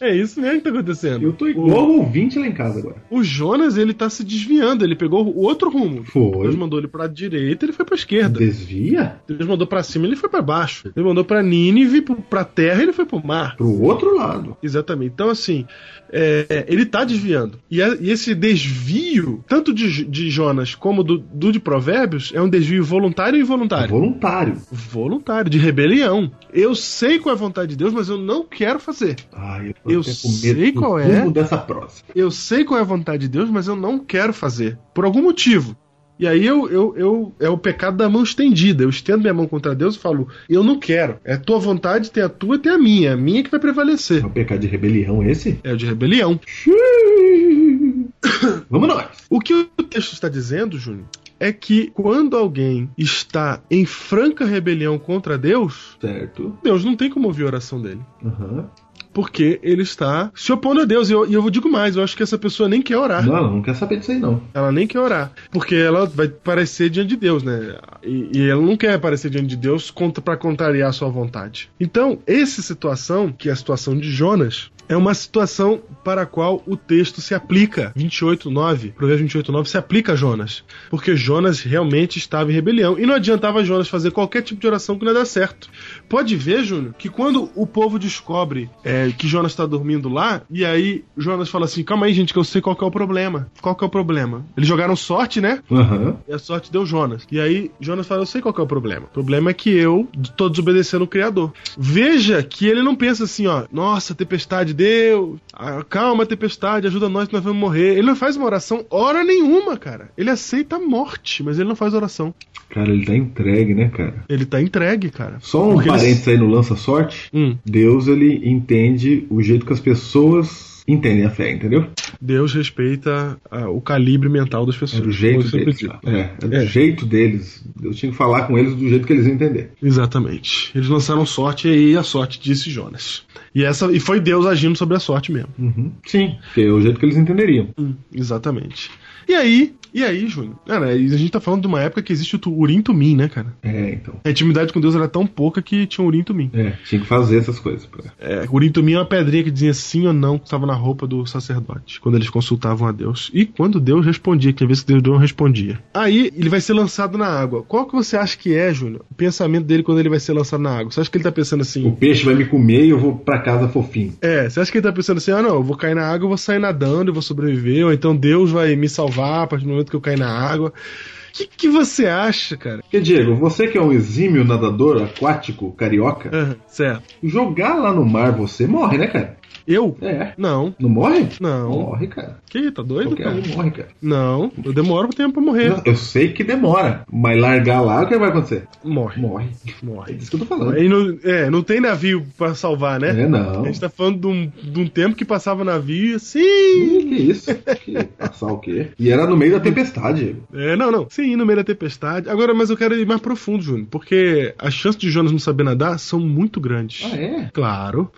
[SPEAKER 2] É isso mesmo que tá acontecendo.
[SPEAKER 3] Eu tô igual o ouvinte lá em casa agora.
[SPEAKER 2] O Jonas, ele tá se desviando, ele pegou o outro rumo. Deus
[SPEAKER 3] Foi.
[SPEAKER 2] mandou ele pra direita, ele foi pra esquerda.
[SPEAKER 3] Desvia
[SPEAKER 2] Deus mandou pra cima, ele foi pra baixo. Ele mandou pra Nínive, pro- pra terra, ele foi pro mar.
[SPEAKER 3] pro outro lado.
[SPEAKER 2] Exatamente. Então, assim, é, é, ele tá desviando. E, a- e esse desvio, tanto de, J- de Jonas como do, do de Provérbios, é um desvio voluntário e involuntário.
[SPEAKER 3] Voluntário.
[SPEAKER 2] Voluntário, de rebelião. Eu sei qual é a vontade de Deus, mas eu não quero fazer.
[SPEAKER 3] Ai, eu,
[SPEAKER 2] Eu
[SPEAKER 3] até com
[SPEAKER 2] sei
[SPEAKER 3] do
[SPEAKER 2] qual é.
[SPEAKER 3] rumo dessa próxima.
[SPEAKER 2] eu sei qual é a vontade de Deus, mas eu não quero fazer. Por algum motivo. E aí eu, eu, eu é o pecado da mão estendida. Eu estendo minha mão contra Deus e falo, eu não quero. É tua vontade, tem a tua, tem a minha. A minha que vai
[SPEAKER 3] É
[SPEAKER 2] prevalecer.
[SPEAKER 3] um pecado de rebelião esse?
[SPEAKER 2] É o de rebelião.
[SPEAKER 3] Vamos nós.
[SPEAKER 2] O que o texto está dizendo, Júnior, é que quando alguém está em franca rebelião contra Deus,
[SPEAKER 3] Certo.
[SPEAKER 2] Deus não tem como ouvir a oração dele.
[SPEAKER 3] Aham.
[SPEAKER 2] Porque ele está se opondo a Deus. E eu, e eu digo mais, eu acho que essa pessoa nem quer orar.
[SPEAKER 3] Não, ela não quer saber disso aí, não.
[SPEAKER 2] Ela nem quer orar. Porque ela vai parecer diante de Deus, né? E, e ela não quer aparecer diante de Deus contra para contrariar a sua vontade. Então, essa situação, que é a situação de Jonas, é uma situação para a qual o texto se aplica. 28.9, Provérbios 28.9 se aplica a Jonas. Porque Jonas realmente estava em rebelião. E não adiantava Jonas fazer qualquer tipo de oração que não ia dar certo. Pode ver, Júnior, que quando o povo descobre é, que Jonas está dormindo lá, e aí Jonas fala assim: calma aí, gente, que eu sei qual que é o problema. Qual que é o problema? Eles jogaram sorte, né?
[SPEAKER 3] Aham.
[SPEAKER 2] E a sorte deu Jonas. E aí Jonas fala: eu sei qual que é o problema. O problema é que eu tô desobedecendo o Criador. Veja que ele não pensa assim: ó, nossa, tempestade deu, ah, calma, tempestade, ajuda nós que nós vamos morrer. Ele não faz uma oração hora nenhuma, cara. Ele aceita a morte, mas ele não faz oração.
[SPEAKER 3] Cara, ele tá entregue, né, cara?
[SPEAKER 2] Ele tá entregue, cara.
[SPEAKER 3] Só um
[SPEAKER 2] Porque ele-
[SPEAKER 3] parênteses aí no Lança Sorte.
[SPEAKER 2] Hum.
[SPEAKER 3] Deus, ele entende o jeito que as pessoas entendem a fé, entendeu?
[SPEAKER 2] Deus respeita ah, o calibre mental das
[SPEAKER 3] É
[SPEAKER 2] pessoas.
[SPEAKER 3] do jeito
[SPEAKER 2] Como eu sempre
[SPEAKER 3] deles.
[SPEAKER 2] digo.
[SPEAKER 3] cara. É, é do
[SPEAKER 2] É.
[SPEAKER 3] jeito deles. Eu tinha que falar com eles do jeito que eles entenderem.
[SPEAKER 2] Exatamente. Eles lançaram sorte e aí a sorte disse Jonas. E essa e foi Deus agindo sobre a sorte mesmo.
[SPEAKER 3] Sim. Porque é o jeito que eles entenderiam.
[SPEAKER 2] Exatamente. E aí, e aí, Júnior? Cara, e a gente tá falando de uma época que existe o tu- Urim Tumim, né, cara?
[SPEAKER 3] É, então.
[SPEAKER 2] A intimidade com Deus era tão pouca que tinha Urim Tumim.
[SPEAKER 3] É, tinha que fazer essas coisas. pô.
[SPEAKER 2] É, Urim Tumim é uma pedrinha que dizia sim ou não que estava na roupa do sacerdote, quando eles consultavam a Deus. E quando Deus respondia, que às vezes Deus não respondia. Aí ele vai ser lançado na água. Qual que você acha que é, Júnior, o pensamento dele quando ele vai ser lançado na água? Você acha que ele tá pensando assim?
[SPEAKER 3] O peixe vai me comer e eu vou pra casa fofinho.
[SPEAKER 2] É, você acha que ele tá pensando assim, ah não, eu vou cair na água, eu vou sair nadando, eu vou sobreviver, ou então Deus vai me salvar a partir do momento que eu cair na água. O que, que você acha, cara?
[SPEAKER 3] Porque, Diego, você que é um exímio nadador aquático carioca,
[SPEAKER 2] Aham, certo.
[SPEAKER 3] jogar lá no mar você morre, né, cara?
[SPEAKER 2] Eu?
[SPEAKER 3] É.
[SPEAKER 2] Não.
[SPEAKER 3] Não morre?
[SPEAKER 2] Não.
[SPEAKER 3] Morre, cara.
[SPEAKER 2] Que? Tá doido?
[SPEAKER 3] Qualquer
[SPEAKER 2] cara?
[SPEAKER 3] um morre, cara.
[SPEAKER 2] Não, eu demoro um tempo pra morrer.
[SPEAKER 3] Não, Eu sei que demora, mas largar lá, o que vai acontecer?
[SPEAKER 2] Morre,
[SPEAKER 3] Morre. É
[SPEAKER 2] morre.
[SPEAKER 3] disso que eu tô falando.
[SPEAKER 2] E não, é, não tem navio pra salvar, né?
[SPEAKER 3] É, não.
[SPEAKER 2] A gente tá falando de um, de um tempo que passava navio e
[SPEAKER 3] Ih,
[SPEAKER 2] assim.
[SPEAKER 3] Que isso? Que- Passar o quê? E era no meio da tempestade, Diego.
[SPEAKER 2] É, não, não. Sim, no meio da tempestade. Agora, mas eu quero ir mais profundo, Júnior, porque as chances de Jonas não saber nadar são muito grandes.
[SPEAKER 3] Ah, é?
[SPEAKER 2] Claro,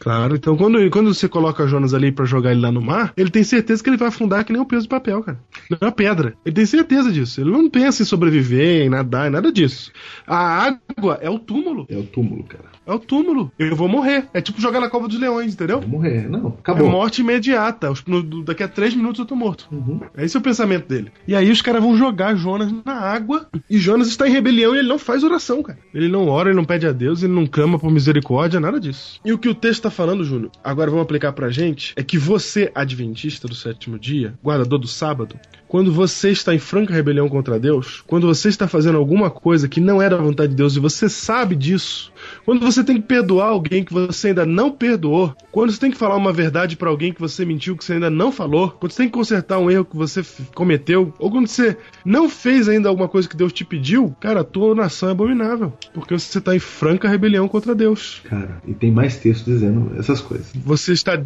[SPEAKER 2] claro. Então, quando, quando você coloca Jonas ali pra jogar ele lá no mar, ele tem certeza que ele vai afundar que nem um peso de papel, cara. Não é uma pedra. Ele tem certeza disso. Ele não pensa em sobreviver, em nadar, em nada disso. A água é o túmulo.
[SPEAKER 3] É o túmulo, cara.
[SPEAKER 2] É o túmulo. Eu vou morrer. É tipo jogar na cova dos leões, entendeu?
[SPEAKER 3] Vou morrer. Não,
[SPEAKER 2] É
[SPEAKER 3] acabou.
[SPEAKER 2] morte imediata. Os- no- do- Daqui a três minutos eu tô morto.
[SPEAKER 3] Uhum.
[SPEAKER 2] Esse é o pensamento dele. E aí os caras vão jogar Jonas na água. E Jonas está em rebelião e ele não faz oração, cara. Ele não ora, ele não pede a Deus, ele não clama por misericórdia, nada disso. E o que o texto tá falando, Júnior, agora vamos aplicar pra gente, é que você, adventista do sétimo dia, guardador do sábado, quando você está em franca rebelião contra Deus, quando você está fazendo alguma coisa que não é da vontade de Deus e você sabe disso, Quando você tem que perdoar alguém que você ainda não perdoou, quando você tem que falar uma verdade pra alguém que você mentiu que você ainda não falou, quando você tem que consertar um erro que você f- cometeu, ou quando você não fez ainda alguma coisa que Deus te pediu, cara, a tua nação é abominável, porque você tá em franca rebelião contra Deus.
[SPEAKER 3] Cara, e tem mais texto dizendo essas coisas.
[SPEAKER 2] Você está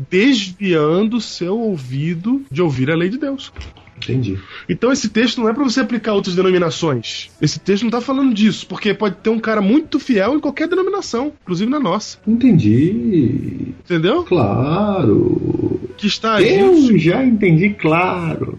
[SPEAKER 2] desviando o seu ouvido de ouvir a lei de Deus.
[SPEAKER 3] Entendi.
[SPEAKER 2] Então esse texto não é para você aplicar a outras denominações. Esse texto não tá falando disso, porque pode ter um cara muito fiel em qualquer denominação, inclusive na nossa,
[SPEAKER 3] Entendi.
[SPEAKER 2] entendeu?
[SPEAKER 3] Claro.
[SPEAKER 2] Que está agindo.
[SPEAKER 3] Eu já entendi, claro.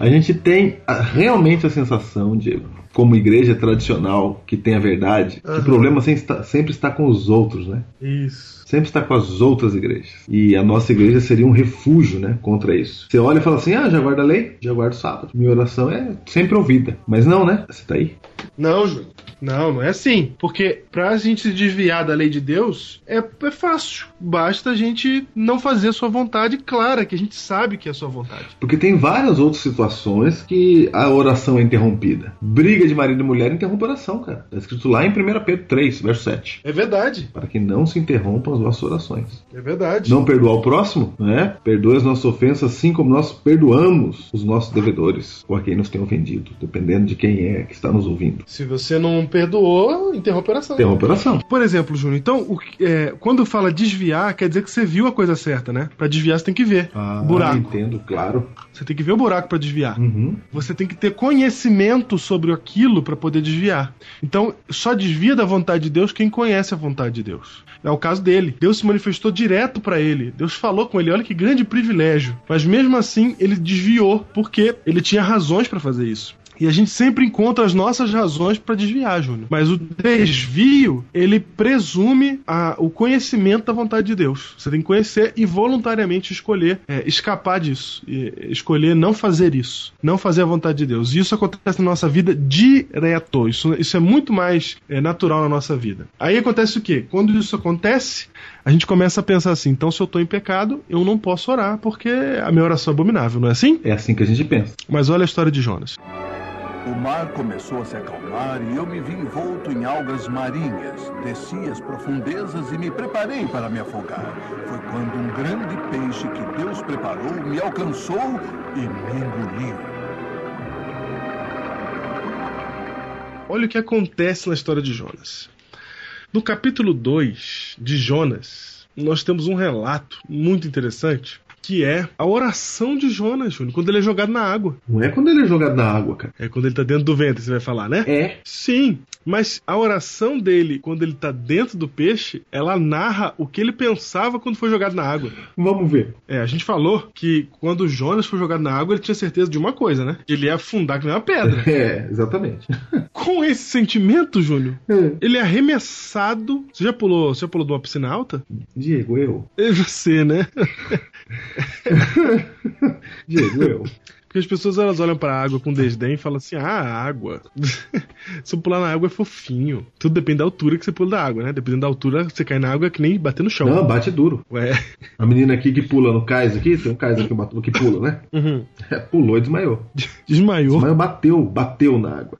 [SPEAKER 3] A gente tem ah, realmente a sensação, Diego, como igreja tradicional que tem a verdade, que o
[SPEAKER 2] Aham.
[SPEAKER 3] problema sempre está, sempre está com os outros, né?
[SPEAKER 2] Isso.
[SPEAKER 3] Sempre está com as outras igrejas. E a nossa igreja seria um refúgio, né? Contra isso. Você olha e fala assim: ah, já guarda a lei, já guarda o sábado. Minha oração é sempre ouvida. Mas não, né? Você tá aí?
[SPEAKER 2] Não, Júlio. Não, não é assim. Porque pra gente se desviar da lei de Deus é, é fácil. Basta a gente não fazer a sua vontade clara, que a gente sabe que é a sua vontade.
[SPEAKER 3] Porque tem várias outras situações que a oração é interrompida. Briga de marido e mulher interrompe a oração, cara. Tá escrito lá em 1 Pedro 3, verso 7.
[SPEAKER 2] É verdade,
[SPEAKER 3] Para que não se interrompam as nossas orações.
[SPEAKER 2] é verdade.
[SPEAKER 3] Não perdoar o próximo, né? Perdoe as nossas ofensas, assim como nós perdoamos os nossos devedores, ou a quem nos tem ofendido, dependendo de quem é que está nos ouvindo.
[SPEAKER 2] Se você não perdoou, interrompe a oração.
[SPEAKER 3] Interrompe a oração.
[SPEAKER 2] Por exemplo, Júnior, então, o que- é, quando fala desviar, quer dizer que você viu a coisa certa, né? Pra desviar, você tem que ver.
[SPEAKER 3] Ah,
[SPEAKER 2] buraco.
[SPEAKER 3] Entendo, claro.
[SPEAKER 2] Você tem que ver o buraco pra desviar.
[SPEAKER 3] Uhum.
[SPEAKER 2] Você tem que ter conhecimento sobre aquilo pra poder desviar. Então, só desvia da vontade de Deus quem conhece a vontade de Deus. É o caso dele. Deus se manifestou direto pra ele. Deus falou com ele. Olha que grande privilégio. Mas mesmo assim, ele desviou porque ele tinha razões pra fazer isso. E a gente sempre encontra as nossas razões pra desviar, Júnior. Mas o desvio, ele presume a- o conhecimento da vontade de Deus. Você tem que conhecer e voluntariamente escolher é, escapar disso. E, é, escolher não fazer isso. Não fazer a vontade de Deus. E isso acontece na nossa vida direto. Isso, isso é muito mais é, natural na nossa vida. Aí acontece o quê? Quando isso acontece, a gente começa a pensar assim: então, se eu tô em pecado, eu não posso orar, porque a minha oração é abominável, não é assim?
[SPEAKER 3] É assim que a gente pensa.
[SPEAKER 2] Mas olha a história de Jonas.
[SPEAKER 5] O mar começou a se acalmar e eu me vi envolto em algas marinhas. Desci as profundezas e me preparei para me afogar. Foi quando um grande peixe que Deus preparou me alcançou e me engoliu.
[SPEAKER 2] Olha o que acontece na história de Jonas. No capítulo 2 de Jonas, nós temos um relato muito interessante, que é a oração de Jonas, Júnior, quando ele é jogado na água.
[SPEAKER 3] Não é quando ele é jogado na água, cara.
[SPEAKER 2] É quando ele tá dentro do ventre, você vai falar, né?
[SPEAKER 3] É.
[SPEAKER 2] Sim, mas a oração dele quando ele tá dentro do peixe, ela narra o que ele pensava quando foi jogado na água.
[SPEAKER 3] Vamos ver.
[SPEAKER 2] É, a gente falou que quando Jonas foi jogado na água, ele tinha certeza de uma coisa, né? Ele ia afundar que nem uma pedra.
[SPEAKER 3] É, exatamente.
[SPEAKER 2] Com esse sentimento, Júnior,
[SPEAKER 3] É.
[SPEAKER 2] ele é arremessado. Você já pulou, você já pulou de uma piscina alta?
[SPEAKER 3] Diego, eu.
[SPEAKER 2] É você, né?
[SPEAKER 3] Diego, eu.
[SPEAKER 2] Porque as pessoas elas olham pra água com desdém e falam assim: "Ah, água. Se eu pular na água é fofinho". Tudo depende da altura que você pula da água, né? Dependendo da altura, você cai na água é que nem bater no chão.
[SPEAKER 3] Não, bate duro.
[SPEAKER 2] Ué.
[SPEAKER 3] A menina aqui que pula no cais aqui, tem um cais aqui uma- que pula, né?
[SPEAKER 2] Uhum.
[SPEAKER 3] Pulou e desmaiou.
[SPEAKER 2] Desmaiou.
[SPEAKER 3] Desmaiou, bateu, bateu na água.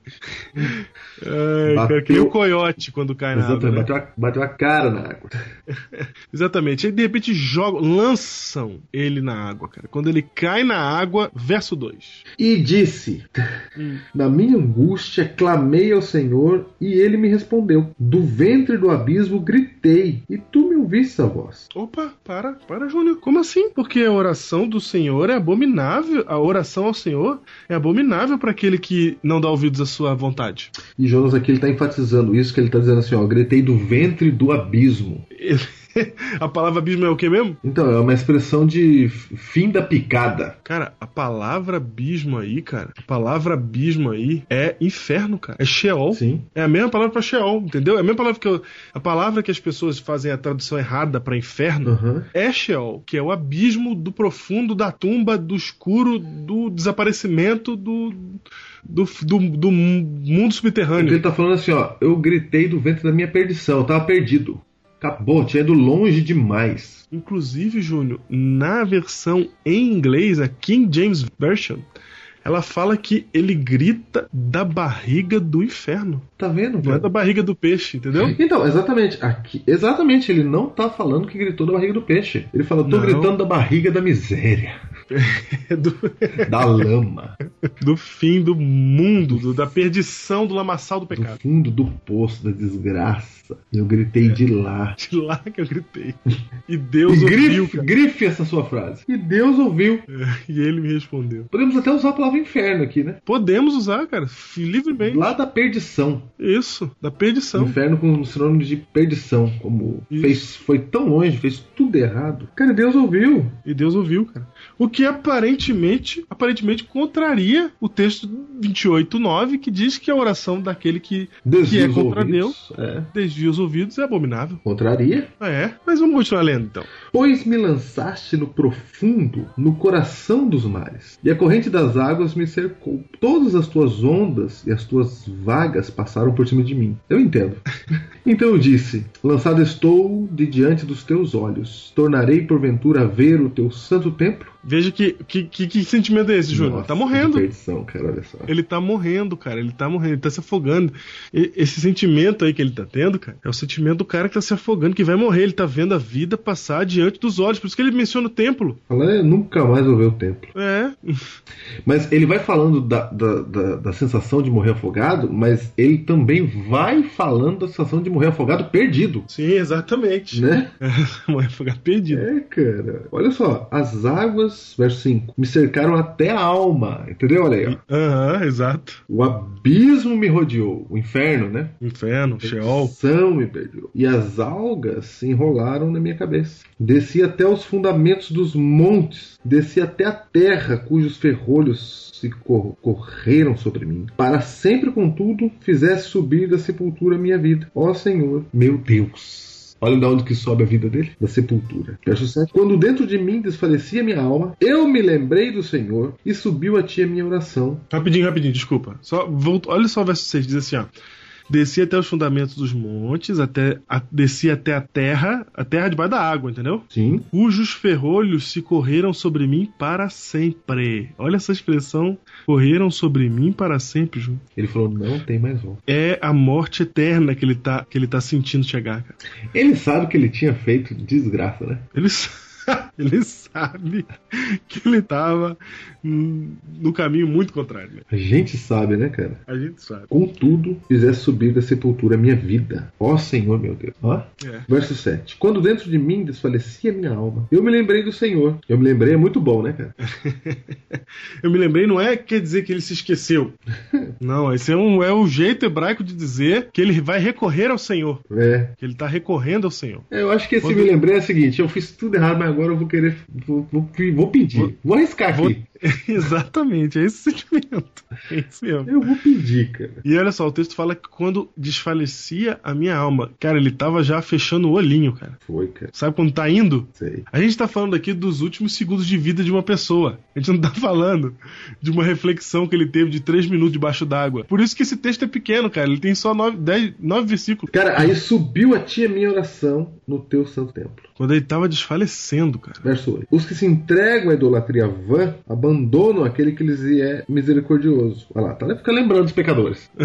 [SPEAKER 2] Ai, cara,
[SPEAKER 3] Bateu.
[SPEAKER 2] que nem o coiote quando cai na água.
[SPEAKER 3] Exatamente,
[SPEAKER 2] né?
[SPEAKER 3] bateu, a, bateu a cara na água.
[SPEAKER 2] Exatamente. Aí de repente jogam, lançam ele na água, cara. Quando ele cai na água, verso 2.
[SPEAKER 3] E disse: Na minha angústia clamei ao Senhor e ele me respondeu. Do ventre do abismo gritei e tu me ouviste a voz.
[SPEAKER 2] Opa, para, para, Júnior. Como assim? Porque a oração do Senhor é abominável. A oração ao Senhor é abominável para aquele que não dá ouvidos à sua vontade.
[SPEAKER 3] E Jonas aqui ele tá enfatizando isso, que ele tá dizendo assim: ó, gritei do ventre do abismo.
[SPEAKER 2] a palavra abismo é o que mesmo?
[SPEAKER 3] Então, é uma expressão de f- fim da picada.
[SPEAKER 2] Cara, a palavra abismo aí, cara, a palavra abismo aí é inferno, cara. É Sheol.
[SPEAKER 3] Sim.
[SPEAKER 2] É a mesma palavra pra Sheol, entendeu? É a mesma palavra que eu, a palavra que as pessoas fazem a tradução errada pra inferno
[SPEAKER 3] Aham.
[SPEAKER 2] é Sheol, que é o abismo do profundo, da tumba, do escuro, do desaparecimento, do do, do, do mundo
[SPEAKER 3] Porque
[SPEAKER 2] subterrâneo.
[SPEAKER 3] ele tá falando assim, ó, eu gritei do ventre da minha perdição, eu tava perdido. Acabou, tinha ido longe demais.
[SPEAKER 2] Inclusive, Júnior, na versão em inglês, a King James Version, Ela fala que ele grita da barriga do inferno.
[SPEAKER 3] Tá vendo,
[SPEAKER 2] Não é
[SPEAKER 3] cara?
[SPEAKER 2] da barriga do peixe, entendeu?
[SPEAKER 3] Então, exatamente. Aqui, exatamente, ele não tá falando que gritou da barriga do peixe. Ele falou, tô
[SPEAKER 2] Não.
[SPEAKER 3] gritando da barriga da miséria,
[SPEAKER 2] É do,
[SPEAKER 3] da lama,
[SPEAKER 2] do fim do mundo, do- da perdição do lamaçal do
[SPEAKER 3] do
[SPEAKER 2] pecado.
[SPEAKER 3] fundo do poço, da desgraça. Eu gritei de lá.
[SPEAKER 2] De lá que eu gritei. E
[SPEAKER 3] E
[SPEAKER 2] É. Deus ouviu,
[SPEAKER 3] grife,
[SPEAKER 2] cara.
[SPEAKER 3] grife essa sua frase. E Deus ouviu.
[SPEAKER 2] E ele me respondeu.
[SPEAKER 3] Podemos até usar a palavra inferno aqui, né?
[SPEAKER 2] Podemos usar, cara, f- livremente.
[SPEAKER 3] Lá da perdição.
[SPEAKER 2] Isso, da perdição.
[SPEAKER 3] Um Inferno com sinônimo de perdição. Como
[SPEAKER 2] Então- Isso.
[SPEAKER 3] fez, foi tão longe, fez tudo errado. Cara, Deus ouviu.
[SPEAKER 2] E Deus ouviu, cara. O que aparentemente, aparentemente contraria o texto 28.9, que diz que a oração daquele que
[SPEAKER 3] Desvia
[SPEAKER 2] Que é
[SPEAKER 3] os
[SPEAKER 2] contra
[SPEAKER 3] ouvidos. É.
[SPEAKER 2] desvia os ouvidos é abominável.
[SPEAKER 3] Contraria.
[SPEAKER 2] É, mas vamos continuar lendo então.
[SPEAKER 3] Pois me lançaste no profundo, no coração dos mares, e a corrente das águas me cercou. Todas as tuas ondas e as tuas vagas passaram por cima de mim. Eu entendo. então eu disse: Lançado estou de diante dos teus olhos. Tornarei porventura a ver o teu santo templo?
[SPEAKER 2] Veja que, que, que, que sentimento é esse, Júnior?
[SPEAKER 3] Nossa,
[SPEAKER 2] Tá
[SPEAKER 3] que
[SPEAKER 2] morrendo.
[SPEAKER 3] Perdição, cara, olha só.
[SPEAKER 2] Ele tá morrendo, cara. Ele tá morrendo, ele tá se afogando. E- esse sentimento aí que ele tá tendo, cara, é o sentimento do cara que tá se afogando, que vai morrer. Ele tá vendo a vida passar diante dos olhos. Por isso que ele menciona o templo.
[SPEAKER 3] Fala, "É, nunca mais vou ver o templo.
[SPEAKER 2] É.
[SPEAKER 3] Mas ele vai falando da, da, da, da sensação de morrer afogado, mas ele também vai falando da sensação de morrer afogado perdido.
[SPEAKER 2] Sim, exatamente.
[SPEAKER 3] Né?
[SPEAKER 2] Morrer afogado perdido.
[SPEAKER 3] É, cara. Olha só, as águas, verso 5, me cercaram até a alma. Entendeu? Olha aí, ó.
[SPEAKER 2] Aham, exato.
[SPEAKER 3] O abismo me rodeou, o inferno, né?
[SPEAKER 2] Inferno, Sheol.
[SPEAKER 3] São me perdoou. E as algas se enrolaram na minha cabeça. Desci até os fundamentos dos montes, desci até a terra cujos ferrolhos se cor- correram sobre mim. Para sempre, contudo, fizesse subir da sepultura a minha vida. Ó Senhor, meu Deus. Olha de onde que sobe a vida dele, da sepultura. Verso 7. Quando dentro de mim desfalecia minha alma, eu me lembrei do Senhor e subiu a ti a minha oração.
[SPEAKER 2] Rapidinho, rapidinho, desculpa. Só, volto, olha só o verso 6, diz assim, ó. Desci até os fundamentos dos montes, até a, desci até a terra, a terra debaixo da água, entendeu?
[SPEAKER 3] Sim,
[SPEAKER 2] Cujos ferrolhos se correram sobre mim para sempre. Olha essa expressão, correram sobre mim para sempre, Ju.
[SPEAKER 3] ele falou, não tem mais volta.
[SPEAKER 2] É a morte eterna que ele tá, que ele tá sentindo chegar, cara.
[SPEAKER 3] Ele sabe que ele tinha feito desgraça, né?
[SPEAKER 2] Ele, sa- ele sabe que ele tava hum, no caminho muito contrário, né?
[SPEAKER 3] A gente sabe, né, cara?
[SPEAKER 2] A gente sabe.
[SPEAKER 3] Contudo, fizesse subir da sepultura a minha vida. Ó Senhor, meu Deus. Ó.
[SPEAKER 2] É.
[SPEAKER 3] Verso 7. Quando dentro de mim desfalecia minha alma, eu me lembrei do Senhor. Eu me lembrei, é muito bom, né, cara?
[SPEAKER 2] Eu me lembrei, não é quer dizer que ele se esqueceu. Não, esse é, um, é o jeito hebraico de dizer que ele vai recorrer ao Senhor.
[SPEAKER 3] É.
[SPEAKER 2] Que ele tá recorrendo ao Senhor.
[SPEAKER 3] É, Eu acho que esse
[SPEAKER 2] Quando-
[SPEAKER 3] me lembrei é o seguinte: eu fiz tudo errado, mas agora eu vou querer. Vou, vou, vou pedir. Vou,
[SPEAKER 2] Vou-
[SPEAKER 3] arriscar
[SPEAKER 2] Vou-
[SPEAKER 3] aqui.
[SPEAKER 2] Exatamente, é esse sentimento. É isso mesmo.
[SPEAKER 3] Eu vou pedir, cara.
[SPEAKER 2] E olha só, o texto fala que quando desfalecia a minha alma, cara, ele tava já fechando o olhinho, cara.
[SPEAKER 3] Foi, cara.
[SPEAKER 2] Sabe quando tá indo?
[SPEAKER 3] Sei.
[SPEAKER 2] A gente tá falando aqui dos últimos segundos de vida de uma pessoa. A gente não tá falando de uma reflexão que ele teve de três minutos debaixo d'água. Por isso que esse texto é pequeno, cara. Ele tem só nove, dez, nove versículos.
[SPEAKER 3] Cara, aí subiu a ti a minha oração no teu santo templo.
[SPEAKER 2] Quando ele tava desfalecendo, cara.
[SPEAKER 3] Verso 8. Os que se entregam à idolatria vã abandonam aquele que lhes é misericordioso. Olha lá, tá fica lembrando dos pecadores.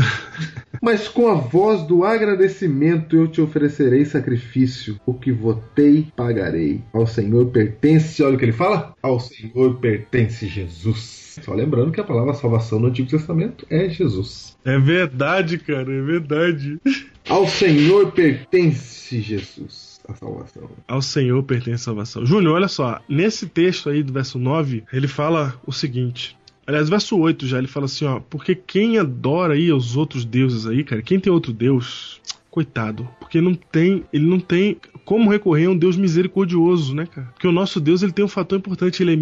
[SPEAKER 3] Mas com a voz do agradecimento eu te oferecerei sacrifício. O que votei, pagarei. Ao Senhor pertence. Olha o que ele fala? Ao Senhor pertence Jesus. Só lembrando que a palavra salvação no Antigo Testamento é Jesus.
[SPEAKER 2] É verdade, cara, é verdade.
[SPEAKER 3] Ao Senhor pertence Jesus. A salvação.
[SPEAKER 2] Ao Senhor pertence a salvação. Júnior, olha só. Nesse texto aí do verso 9, ele fala o seguinte. Aliás, verso 8 já, ele fala assim, ó. Porque quem adora aí os outros deuses aí, cara, quem tem outro deus, coitado. Porque não tem, ele não tem como recorrer a um Deus misericordioso, né, cara? Porque o nosso Deus, ele tem um fator importante, ele é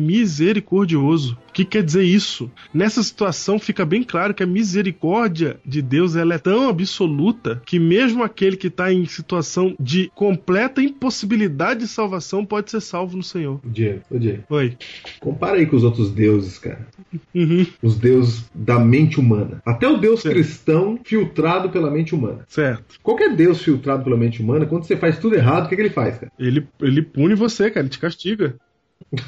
[SPEAKER 2] misericordioso. O que quer dizer isso? Nessa situação fica bem claro que a misericórdia de Deus, ela é tão absoluta que mesmo aquele que está em situação de completa impossibilidade de salvação pode ser salvo no Senhor.
[SPEAKER 3] Diego, ô Diego,
[SPEAKER 2] Oi.
[SPEAKER 3] compara aí com os outros deuses, cara.
[SPEAKER 2] Uhum.
[SPEAKER 3] os deuses da mente humana. Até o deus
[SPEAKER 2] Sim.
[SPEAKER 3] cristão filtrado pela mente humana.
[SPEAKER 2] Certo.
[SPEAKER 3] Qualquer deus filtrado pela mente humana, quando você faz tudo errado, o que, que ele faz, cara?
[SPEAKER 2] Ele, ele pune você, cara, ele te castiga.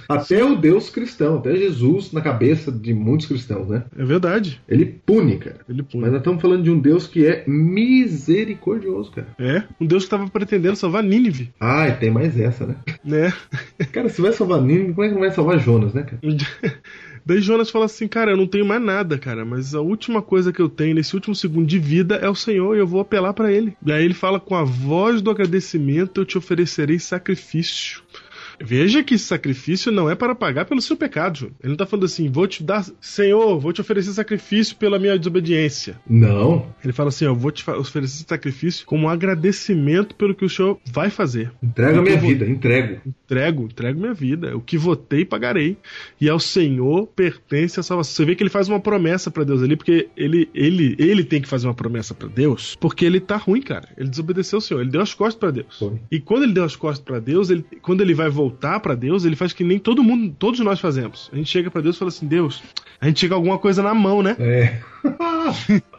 [SPEAKER 3] Até o Deus cristão, até Jesus na cabeça de muitos cristãos, né?
[SPEAKER 2] É verdade.
[SPEAKER 3] Ele pune, cara.
[SPEAKER 2] Ele pune.
[SPEAKER 3] Mas nós estamos falando de um Deus que é misericordioso, cara.
[SPEAKER 2] É, um Deus que tava pretendendo salvar Nínive,
[SPEAKER 3] Ah, e tem mais essa, né?
[SPEAKER 2] né?
[SPEAKER 3] Cara, se vai salvar Nínive, como é que não vai salvar Jonas, né, cara?
[SPEAKER 2] Daí Jonas fala assim, cara, eu não tenho mais nada, cara, mas a última coisa que eu tenho nesse último segundo de vida é o Senhor e eu vou apelar pra ele. Daí ele fala com a voz do agradecimento, eu te oferecerei sacrifício. Veja que esse sacrifício não é para pagar pelo seu pecado. Jonas. Ele não tá falando assim, vou te dar, Senhor, vou te oferecer sacrifício pela minha desobediência.
[SPEAKER 3] Não,
[SPEAKER 2] Ele fala assim, eu vou te fa- oferecer sacrifício como agradecimento pelo que o Senhor vai fazer.
[SPEAKER 3] entrega a
[SPEAKER 2] Eu
[SPEAKER 3] minha
[SPEAKER 2] vou-
[SPEAKER 3] vida, entrego.
[SPEAKER 2] Entrego, entrego minha vida. É O que votei, pagarei. E ao Senhor pertence a salvação. Você vê que ele faz uma promessa pra Deus ali, porque ele, ele, ele tem que fazer uma promessa pra Deus, porque ele tá ruim, cara. Ele desobedeceu o Senhor, ele deu as costas pra Deus.
[SPEAKER 3] Foi.
[SPEAKER 2] E quando ele deu as costas pra Deus, ele, quando ele vai voltar pra Deus, ele faz que nem todo mundo, todos nós fazemos. A gente chega pra Deus e fala assim: Deus, a gente chega com alguma coisa na mão, né?
[SPEAKER 3] É.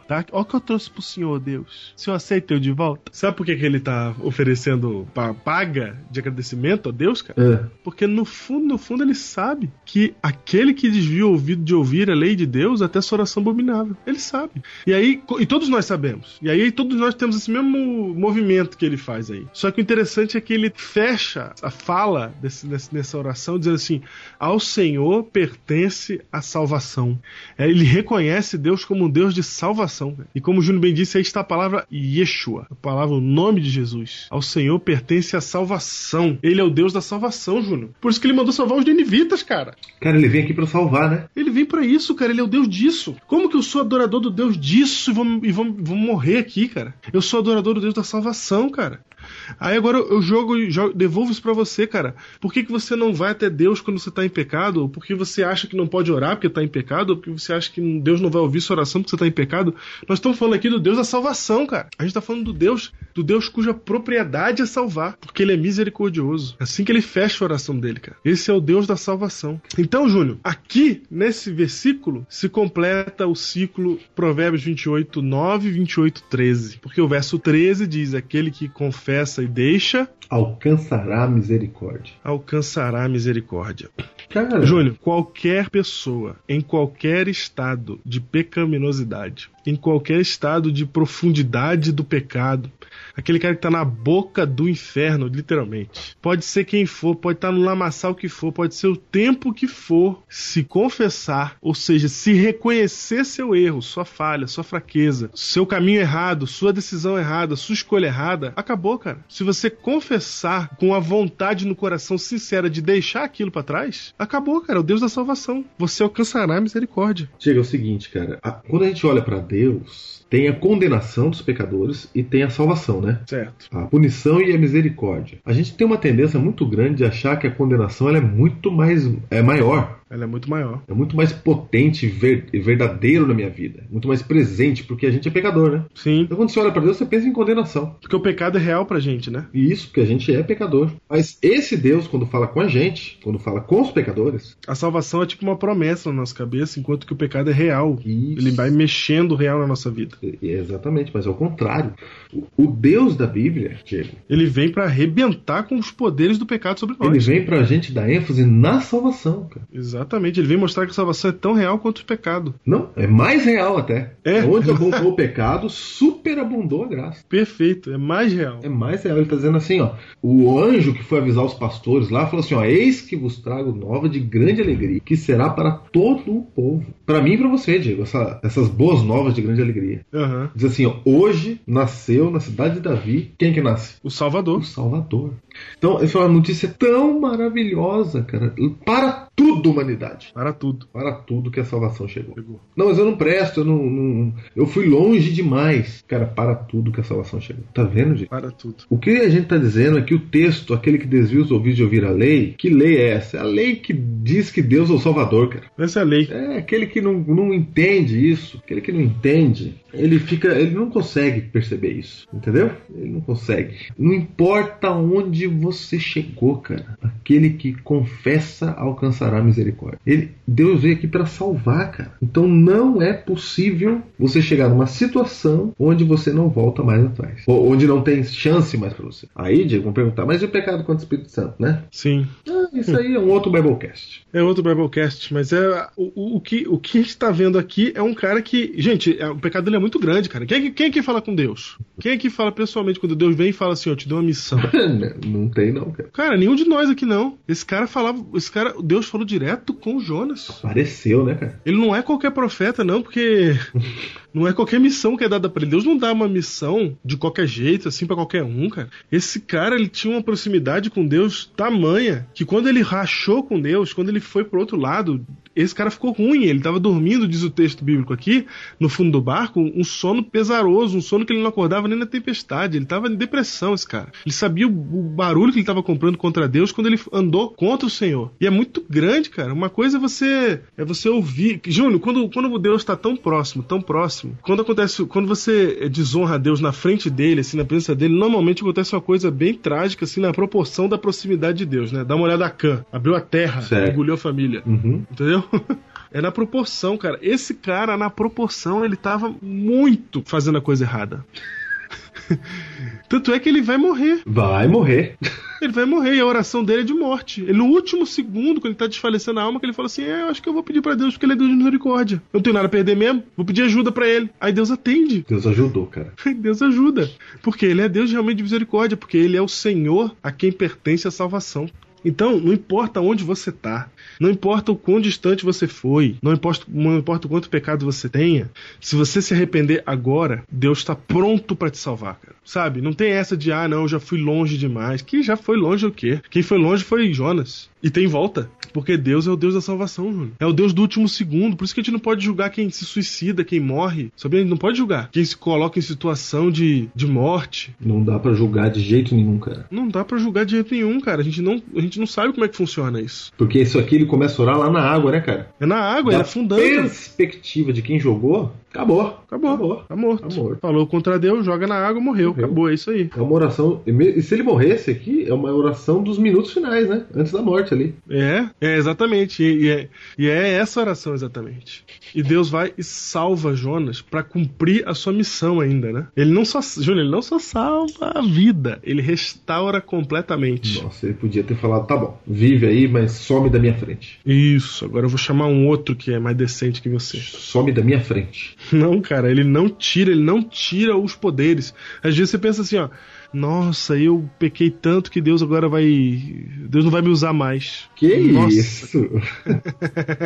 [SPEAKER 2] Tá? Olha o que eu trouxe pro senhor, Deus. O senhor aceita eu de volta? Sabe por que, que ele tá oferecendo pa- paga de agradecimento a Deus, cara?
[SPEAKER 3] É.
[SPEAKER 2] Porque no fundo, no fundo, ele sabe que aquele que desvia o ouvido de ouvir a lei de Deus, até sua oração abominável. Ele sabe. E aí, co- e todos nós sabemos. E aí todos nós temos esse mesmo movimento que ele faz aí. Só que o interessante é que ele fecha a fala desse, desse- nessa oração dizendo assim: ao Senhor pertence a salvação. É, ele reconhece Deus como um Deus de salvação. né? E como o Júnior bem disse, aí está a palavra Yeshua, a palavra, o nome de Jesus. Ao Senhor pertence a salvação. Ele é o Deus da salvação, Júnior. Por isso que ele mandou salvar os ninivitas, cara.
[SPEAKER 3] Cara, ele vem aqui pra salvar, né?
[SPEAKER 2] Ele vem pra isso, cara. Ele é o Deus disso. Como que eu sou adorador do Deus disso e vou, e vou, vou morrer aqui, cara? Eu sou adorador do Deus da salvação, cara. Aí agora eu eu jogo, e jo- devolvo isso pra você, cara. Por que, que você não vai até Deus quando você tá em pecado? Ou porque você acha que não pode orar porque tá em pecado? Ou porque você acha que Deus não vai ouvir sua oração porque você tá em pecado? Nós estamos falando aqui do Deus da salvação, cara. A gente tá falando do Deus, do Deus cuja propriedade é salvar, porque ele é misericordioso. Assim que ele fecha a oração dele, cara. Esse é o Deus da salvação. Então, Júnior, aqui nesse versículo se completa o ciclo Provérbios 28, 9, 28, 13. Porque o verso 13 diz: aquele que confessa e deixa,
[SPEAKER 3] Alcançará a misericórdia.
[SPEAKER 2] alcançará a misericórdia.
[SPEAKER 3] Cara,
[SPEAKER 2] Júnior, qualquer pessoa, em qualquer estado de pecaminosidade, em qualquer estado de profundidade do pecado, aquele cara que tá na boca do inferno, literalmente, pode ser quem for, pode estar no lamaçal que for, pode ser o tempo que for, se confessar, ou seja, se reconhecer seu erro, sua falha, sua fraqueza, seu caminho errado, sua decisão errada, sua escolha errada, acabou, cara. Se você confessar com a vontade no coração sincera de deixar aquilo pra trás, acabou, cara. é O Deus da salvação. Você alcançará a misericórdia.
[SPEAKER 3] chega é o seguinte, cara. a- quando a gente olha pra Deus, tem a condenação dos pecadores e tem a salvação, né?
[SPEAKER 2] Certo.
[SPEAKER 3] A punição e a misericórdia. A gente tem uma tendência muito grande de achar que a condenação ela é muito mais é maior,
[SPEAKER 2] Ela é muito maior.
[SPEAKER 3] é muito mais potente e ver- e verdadeiro na minha vida, muito mais presente, porque a gente é pecador, né?
[SPEAKER 2] Sim.
[SPEAKER 3] Então quando você olha pra Deus, você pensa em condenação.
[SPEAKER 2] Porque o pecado é real pra gente, né?
[SPEAKER 3] E isso porque a gente é pecador. Mas esse Deus, quando fala com a gente, quando fala com os pecadores,
[SPEAKER 2] A salvação é tipo uma promessa na nossa cabeça, enquanto que o pecado é real.
[SPEAKER 3] isso-
[SPEAKER 2] Ele vai mexendo real na nossa vida.
[SPEAKER 3] É, Exatamente, mas ao contrário. O, o Deus da Bíblia, Diego,
[SPEAKER 2] Ele vem pra arrebentar com os poderes do pecado sobre nós.
[SPEAKER 3] ele vem pra gente dar ênfase na salvação, cara.
[SPEAKER 2] Exatamente, ele vem mostrar que a salvação é tão real quanto o pecado.
[SPEAKER 3] Não, é mais real até.
[SPEAKER 2] É?
[SPEAKER 3] Onde abundou o pecado, superabundou a graça.
[SPEAKER 2] Perfeito, é mais real.
[SPEAKER 3] É mais real. Ele tá dizendo assim, ó. O anjo que foi avisar os pastores lá falou assim, ó, eis que vos trago nova de grande alegria, que será para todo o povo. Pra mim e pra você, Diego, essa- essas boas novas de grande alegria.
[SPEAKER 2] Aham.
[SPEAKER 3] Diz assim, ó, hoje nasceu na cidade de Davi, quem que nasce?
[SPEAKER 2] O
[SPEAKER 3] o
[SPEAKER 2] Salvador.
[SPEAKER 3] Salvador. Então, essa é uma notícia tão maravilhosa, cara. Para tudo, humanidade.
[SPEAKER 2] Para tudo.
[SPEAKER 3] Para tudo que a salvação chegou.
[SPEAKER 2] Pegou.
[SPEAKER 3] Não, mas eu não presto, eu não, não- Eu fui longe demais. Cara, para tudo que a salvação chegou. Tá vendo, gente?
[SPEAKER 2] Para tudo.
[SPEAKER 3] O que a gente tá dizendo é que o texto, aquele que desvia os ouvidos de ouvir a lei, que lei é essa? É a lei que diz que Deus é o Salvador, cara.
[SPEAKER 2] Essa é a lei.
[SPEAKER 3] É, aquele que não, não entende isso, aquele que não entende, ele fica, ele não consegue perceber isso, entendeu? Ele não consegue. Não importa onde você chegou, cara. Aquele que confessa alcançará a misericórdia. Ele, Deus veio aqui para salvar, cara. Então não é possível você chegar numa situação onde você não volta mais atrás, ou onde não tem chance mais para você. Aí, Diego, vão perguntar, mas e o pecado contra o Espírito Santo, né?
[SPEAKER 2] Sim.
[SPEAKER 3] Isso aí é um outro Biblecast.
[SPEAKER 2] É outro Biblecast, mas é o, o- o que, o que a gente tá vendo aqui é um cara que. Gente, é, o pecado dele é muito grande, cara. Quem, é que- quem é que fala com Deus? Quem é que fala pessoalmente quando Deus vem e fala assim, ó, te dou uma missão?
[SPEAKER 3] Não tem, não, cara.
[SPEAKER 2] Cara, nenhum de nós aqui não. Esse cara falava. Esse cara. Deus falou direto com o Jonas.
[SPEAKER 3] Pareceu, né, cara?
[SPEAKER 2] Ele não é qualquer profeta, não, porque. Não é qualquer missão que é dada pra ele. Deus não dá uma missão de qualquer jeito, assim, pra qualquer um, cara. Esse cara, ele tinha uma proximidade com Deus tamanha que quando ele rachou com Deus, quando ele foi pro outro lado, esse cara ficou ruim. Ele tava dormindo, diz o texto bíblico aqui, no fundo do barco, um sono pesaroso, um sono que ele não acordava nem na tempestade. Ele tava em depressão, esse cara. Ele sabia o, o barulho que ele tava comprando contra Deus quando ele andou contra o Senhor. E é muito grande, cara. Uma coisa é você é você ouvir. Júnior, quando, quando o Deus tá tão próximo, tão próximo, quando acontece, quando você eh, desonra a Deus na frente dele, assim, na presença dele, normalmente acontece uma coisa bem trágica, assim, na proporção da proximidade de Deus, né? Dá uma olhada a Khan, abriu a terra,
[SPEAKER 3] Certo.
[SPEAKER 2] engoliu a família.
[SPEAKER 3] Uhum.
[SPEAKER 2] Entendeu? É na proporção, cara. Esse cara, na proporção, ele tava muito fazendo a coisa errada. Tanto é que ele vai morrer.
[SPEAKER 3] Vai morrer.
[SPEAKER 2] Ele vai morrer e a oração dele é de morte. Ele, no último segundo, quando ele tá desfalecendo a alma, que ele fala assim: É, eu acho que eu vou pedir pra Deus, porque ele é Deus de misericórdia. Eu não tenho nada a perder mesmo, vou pedir ajuda pra ele. Aí Deus atende.
[SPEAKER 3] Deus ajudou, cara.
[SPEAKER 2] Deus ajuda. Porque ele é Deus realmente de misericórdia, porque ele é o Senhor a quem pertence a salvação. Então, não importa onde você tá, não importa o quão distante você foi, não importa, não importa o quanto pecado você tenha, se você se arrepender agora, Deus está pronto para te salvar, cara. Sabe? Não tem essa de, ah, não, eu já fui longe demais. Que já foi longe o quê? Quem foi longe foi Jonas. E tem volta. Porque Deus é o Deus da salvação, Júlio. É o Deus do último segundo. Por isso que a gente não pode julgar quem se suicida, quem morre. Sabe? A gente não pode julgar quem se coloca em situação de, de morte.
[SPEAKER 3] Não dá pra julgar de jeito nenhum, cara.
[SPEAKER 2] Não dá pra julgar de jeito nenhum, cara. A gente não, a gente não sabe como é que funciona isso.
[SPEAKER 3] Porque isso aqui ele começa a orar lá na água, né, cara?
[SPEAKER 2] É na água, é
[SPEAKER 3] da
[SPEAKER 2] afundando.
[SPEAKER 3] perspectiva de quem jogou, acabou.
[SPEAKER 2] Acabou. Tá morto.
[SPEAKER 3] Tá morto.
[SPEAKER 2] Falou contra Deus, joga na água, morreu.
[SPEAKER 3] Morreu.
[SPEAKER 2] Acabou, é isso aí.
[SPEAKER 3] É uma oração. E me- e se ele morresse aqui, é uma oração dos minutos finais, né? Antes da morte ali.
[SPEAKER 2] É, é exatamente. E, e é, e é essa oração exatamente. E Deus vai e salva Jonas pra cumprir a sua missão ainda, né? Ele não só, Júnior, ele não só salva a vida, ele restaura completamente.
[SPEAKER 3] Nossa, ele podia ter falado, tá bom, vive aí, mas some da minha frente.
[SPEAKER 2] Isso, agora eu vou chamar um outro que é mais decente que você.
[SPEAKER 3] Some da minha frente.
[SPEAKER 2] Não, cara, ele não tira, ele não tira os poderes. Às vezes você pensa assim, ó, nossa, eu pequei tanto que Deus agora vai, Deus não vai me usar mais.
[SPEAKER 3] Que
[SPEAKER 2] Nossa.
[SPEAKER 3] isso?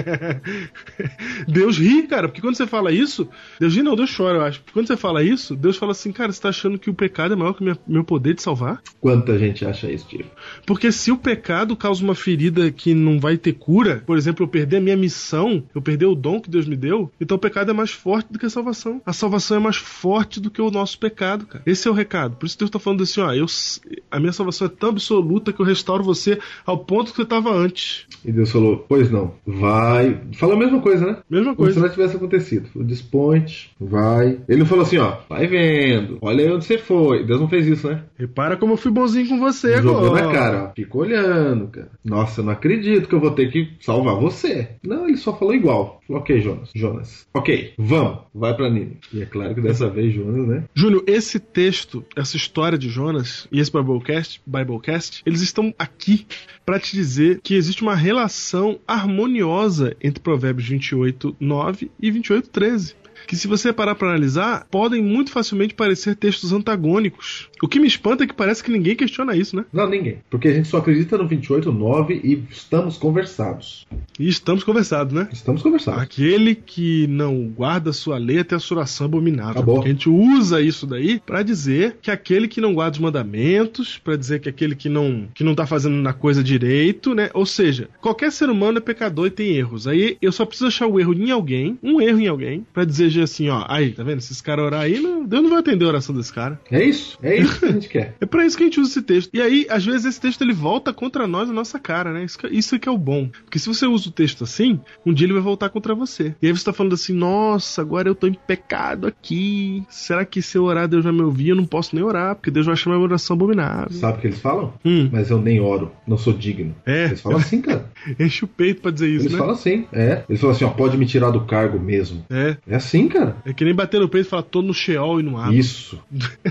[SPEAKER 2] Deus ri, cara, porque quando você fala isso, Deus ri, não, Deus chora, eu acho. Porque quando você fala isso, Deus fala assim, cara, você tá achando que o pecado é maior que o minha- meu poder de salvar?
[SPEAKER 3] Quanta gente acha isso, Diego?
[SPEAKER 2] Porque se o pecado causa uma ferida que não vai ter cura, por exemplo, eu perder a minha missão, eu perder o dom que Deus me deu, então o pecado é mais forte do que a salvação. A salvação é mais forte do que o nosso pecado, cara. Esse é o recado. Por isso Deus tá falando assim, ó, eu, s- a minha salvação é tão absoluta que eu restauro você ao ponto que você tava antes.
[SPEAKER 3] E Deus falou, pois não, vai. Fala a mesma coisa, né?
[SPEAKER 2] Mesma
[SPEAKER 3] Como se
[SPEAKER 2] coisa.
[SPEAKER 3] nada tivesse acontecido. Falou, Desponte, vai. Ele não falou assim, ó, vai vendo, olha aí onde você foi. Deus não fez isso, né?
[SPEAKER 2] Repara como eu fui bonzinho com você
[SPEAKER 3] Jogou
[SPEAKER 2] agora.
[SPEAKER 3] na cara, ó. Fica olhando, cara. Nossa, eu não acredito que eu vou ter que salvar você. Não, ele só falou igual. Falou, ok, Jonas. Jonas. Ok, vamos. Vai pra Nina. E é claro que dessa vez, Jonas, né?
[SPEAKER 2] Júnior, esse texto, essa história de Jonas e esse Biblecast, Biblecast eles estão aqui para te dizer que existe uma relação harmoniosa entre Provérbios 28, 9 e 28, 13. Que se você parar para analisar, podem muito facilmente parecer textos antagônicos. O que me espanta é que parece que ninguém questiona isso, né?
[SPEAKER 3] Não, ninguém. Porque a gente só acredita no 28, 9 e estamos conversados.
[SPEAKER 2] E estamos conversados, né?
[SPEAKER 3] Estamos conversados.
[SPEAKER 2] Aquele que não guarda sua lei até a sua oração abominável.
[SPEAKER 3] Acabou.
[SPEAKER 2] Porque a gente usa isso daí pra dizer que aquele que não guarda os mandamentos, pra dizer que aquele que não que não tá fazendo na coisa direito, né? Ou seja, qualquer ser humano é pecador e tem erros. Aí eu só preciso achar o erro em alguém, um erro em alguém, pra dizer assim, ó, aí, tá vendo? Se esse cara orar aí, não, Deus não vai atender a oração desse cara.
[SPEAKER 3] É isso. É isso que a gente quer.
[SPEAKER 2] É pra isso que a gente usa esse texto. E aí, às vezes, esse texto ele volta contra nós, a nossa cara, né? Isso que, isso que é o bom. Porque se você usa o texto assim, um dia ele vai voltar contra você. E aí você tá falando assim, nossa, agora eu tô em pecado aqui. Será que se eu orar, Deus vai me ouvir? Eu não posso nem orar, porque Deus vai achar minha oração abominável.
[SPEAKER 3] Sabe o que eles falam?
[SPEAKER 2] Hum.
[SPEAKER 3] Mas eu nem oro. Não sou digno.
[SPEAKER 2] É.
[SPEAKER 3] Eles falam assim, cara.
[SPEAKER 2] Enche o peito pra dizer isso,
[SPEAKER 3] Eles
[SPEAKER 2] né?
[SPEAKER 3] falam assim. É. Eles falam assim, ó, pode me tirar do cargo mesmo.
[SPEAKER 2] É.
[SPEAKER 3] É assim, assim, cara?
[SPEAKER 2] É que nem bater no peito e falar, tô no Sheol e não abro.
[SPEAKER 3] Isso.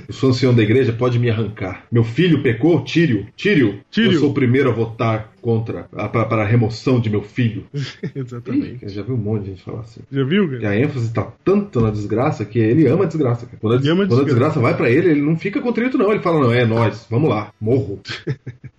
[SPEAKER 3] Eu sou ancião da igreja, pode me arrancar. Meu filho pecou? Tire-o. Tire-o.
[SPEAKER 2] Tire-o.
[SPEAKER 3] Eu sou o primeiro a votar contra a, pra- para a remoção de meu filho.
[SPEAKER 2] Uhum.
[SPEAKER 3] Ih,
[SPEAKER 2] Exatamente.
[SPEAKER 3] eu já vi um monte de gente falar assim.
[SPEAKER 2] Já viu,
[SPEAKER 3] E
[SPEAKER 2] cara?
[SPEAKER 3] a ênfase tá tanto na desgraça que ele ama a desgraça. Cara. Quando, a,
[SPEAKER 2] Ele ama a
[SPEAKER 3] quando a
[SPEAKER 2] desgraça.
[SPEAKER 3] desgraça vai pra ele, ele não fica contrito, não. Ele fala, não, é nós, vamos lá, morro.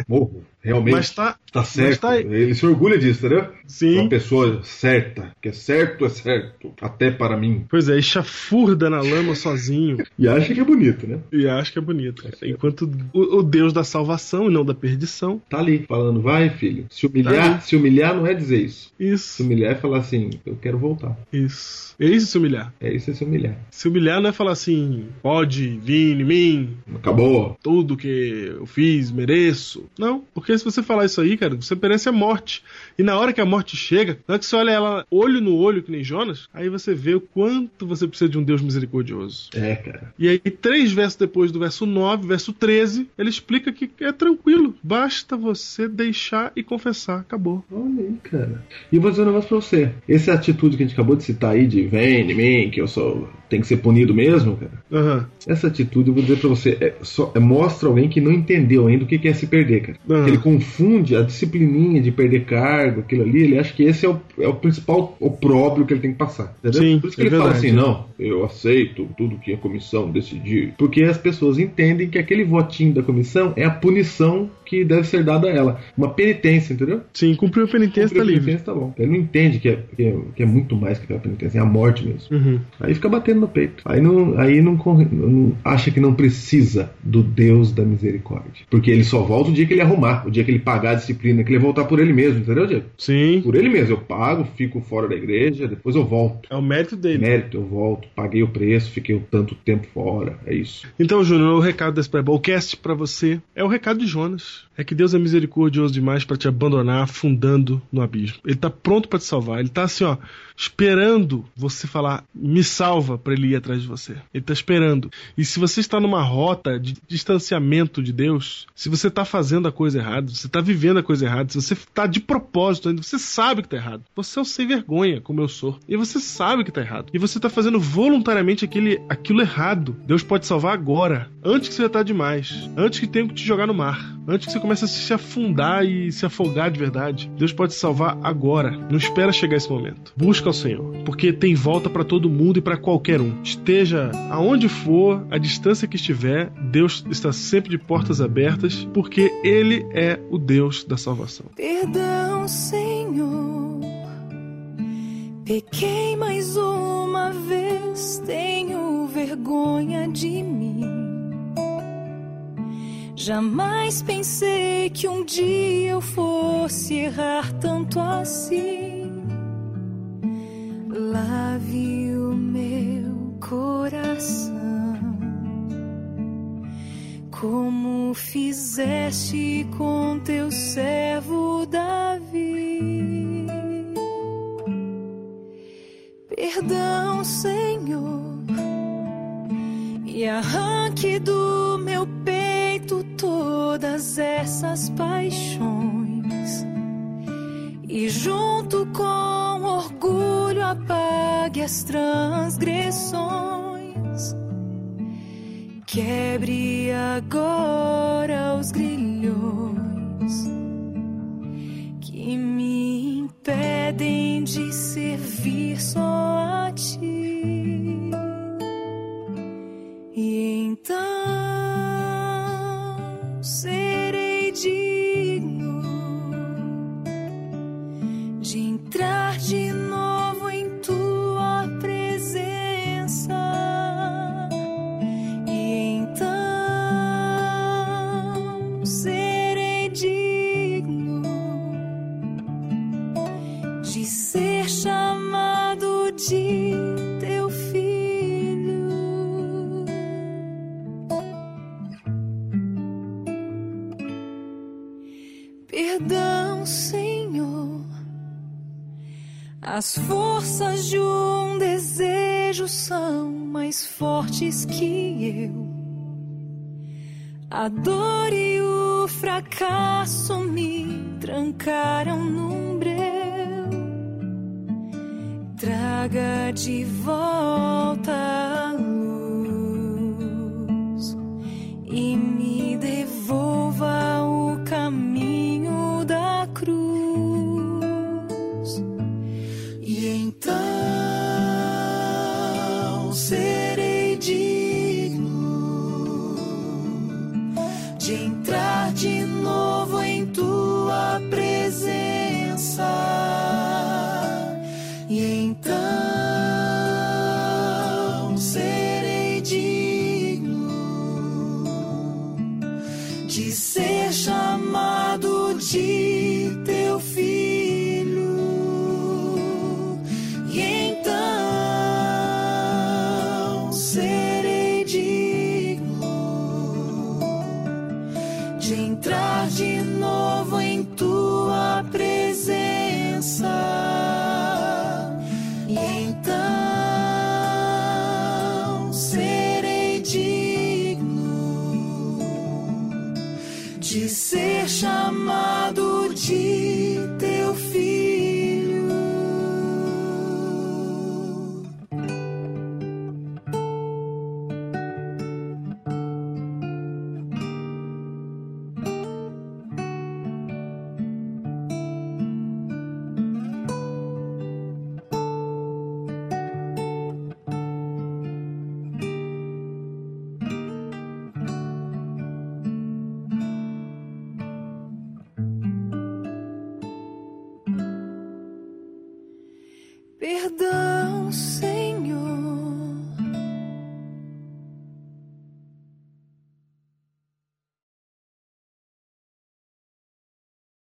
[SPEAKER 3] Morro. Realmente,
[SPEAKER 2] Mas tá.
[SPEAKER 3] tá certo.
[SPEAKER 2] tá-
[SPEAKER 3] Ele se orgulha disso, entendeu?
[SPEAKER 2] Sim.
[SPEAKER 3] Uma pessoa certa, que é certo, é certo, até para mim.
[SPEAKER 2] Pois é, e chafurda na lama sozinho.
[SPEAKER 3] E acha que é bonito, né?
[SPEAKER 2] E acho que é bonito. cara. Enquanto o, o Deus da salvação e não da perdição.
[SPEAKER 3] Tá ali, falando, vai filho,
[SPEAKER 2] Tá
[SPEAKER 3] se humilhar,
[SPEAKER 2] ali.
[SPEAKER 3] se humilhar não é dizer isso. Se
[SPEAKER 2] Isso,
[SPEAKER 3] humilhar é falar assim, eu quero voltar.
[SPEAKER 2] isso. É isso se humilhar.
[SPEAKER 3] É isso, é se humilhar.
[SPEAKER 2] Se humilhar não é falar assim, pode vir em mim,
[SPEAKER 3] Acabou.
[SPEAKER 2] tudo que eu fiz, mereço. Não, porque se você falar isso aí, cara, você merece a morte. E na hora que a morte chega, na hora que você olha ela olho no olho, que nem Jonas, aí você vê o quanto você precisa de um Deus misericordioso.
[SPEAKER 3] É, cara.
[SPEAKER 2] E aí, três versos depois do verso 9, verso 13, ele explica que é tranquilo, basta você deixar e confessar. Acabou.
[SPEAKER 3] Olha aí, cara. E eu vou dizer um negócio pra você. Essa atitude que a gente acabou de citar aí de vem em mim, que eu sou. tem que ser punido mesmo, cara.
[SPEAKER 2] Aham.
[SPEAKER 3] Essa atitude, eu vou dizer pra você, é só, é- mostra alguém que não entendeu ainda o que que é se perder, cara.
[SPEAKER 2] Ah.
[SPEAKER 3] Que ele confunde a disciplininha de perder cargo, aquilo ali, ele acha que esse é o, é o principal opróbrio que ele tem que passar. Entendeu?
[SPEAKER 2] Sim,
[SPEAKER 3] Por isso que
[SPEAKER 2] é
[SPEAKER 3] ele
[SPEAKER 2] verdade.
[SPEAKER 3] fala assim, não, eu aceito tudo que a comissão decidir. Porque as pessoas entendem que aquele votinho da comissão é a punição que deve ser dada a ela. Uma penitência, entendeu?
[SPEAKER 2] Sim, cumpriu a penitência, tá
[SPEAKER 3] Cumprir a
[SPEAKER 2] livre.
[SPEAKER 3] penitência, tá bom. Ele não entende que é, que é- que é muito mais que aquela penitência, é a morte mesmo.
[SPEAKER 2] Uhum.
[SPEAKER 3] Aí fica batendo no peito. Aí não, aí não, corre- não- acha que não precisa do Deus da misericórdia. Porque ele só volta o dia que ele arrumar, o dia que ele pagar a disciplina, que ele voltar por ele mesmo, entendeu, Diego?
[SPEAKER 2] Sim,
[SPEAKER 3] Por ele mesmo. Eu pago, fico fora da igreja, depois eu volto.
[SPEAKER 2] é o mérito dele.
[SPEAKER 3] Mérito, eu volto, paguei o preço, fiquei tanto tempo fora. É isso.
[SPEAKER 2] Então, Júnior, o recado desse Biblecast pra você é o recado de Jonas. É que Deus é misericordioso demais pra te abandonar afundando no abismo. Ele tá pronto pra te salvar. Ele tá assim, ó, esperando você falar, me salva pra ele ir atrás de você. Ele tá esperando. E se você está numa rota de distanciamento de Deus, se você tá fazendo a coisa errada, se você tá vivendo a coisa errada, se você tá de propósito ainda, você sabe que tá errado. Você é o sem vergonha, como eu sou. E você sabe que tá errado. E você tá fazendo voluntariamente aquele, aquilo errado. Deus pode salvar agora, antes que você já tá demais, antes que tenha que te jogar no mar, antes que você comece a se afundar e se afogar de verdade. Deus pode te salvar agora. Não espera chegar esse momento. Busca o Senhor, porque tem volta pra todo mundo e pra qualquer um. Esteja aonde for, a distância que estiver, Deus está sempre de portas abertas, porque ele é o Deus da salvação.
[SPEAKER 4] Perdão, Senhor. Pequei mais uma vez, tenho vergonha de mim. Jamais pensei que um dia eu fosse errar tanto assim. Lave o meu coração como fizeste com teu servo Davi. Perdão, Senhor, e arranque do meu peito todas essas paixões. E junto com orgulho apague as transgressões. Quebre agora os grilhões que me impedem de servir só a ti. E então serei digno de entrar de novo em tua presença. E então serei digno de ser chamado de teu filho. Perdão, Senhor, as forças de um desejo são mais fortes que eu. A dor e o fracasso me trancaram num breu.
[SPEAKER 6] traga de volta a luz e me devolva o caminho da cruz. E então serei digno de entrar de novo em tua presença. E então serei digno de ser chamado de teu filho. E então serei digno de entrar de novo em tua presença. E então serei digno de ser chamado de teu filho. Perdão, Senhor.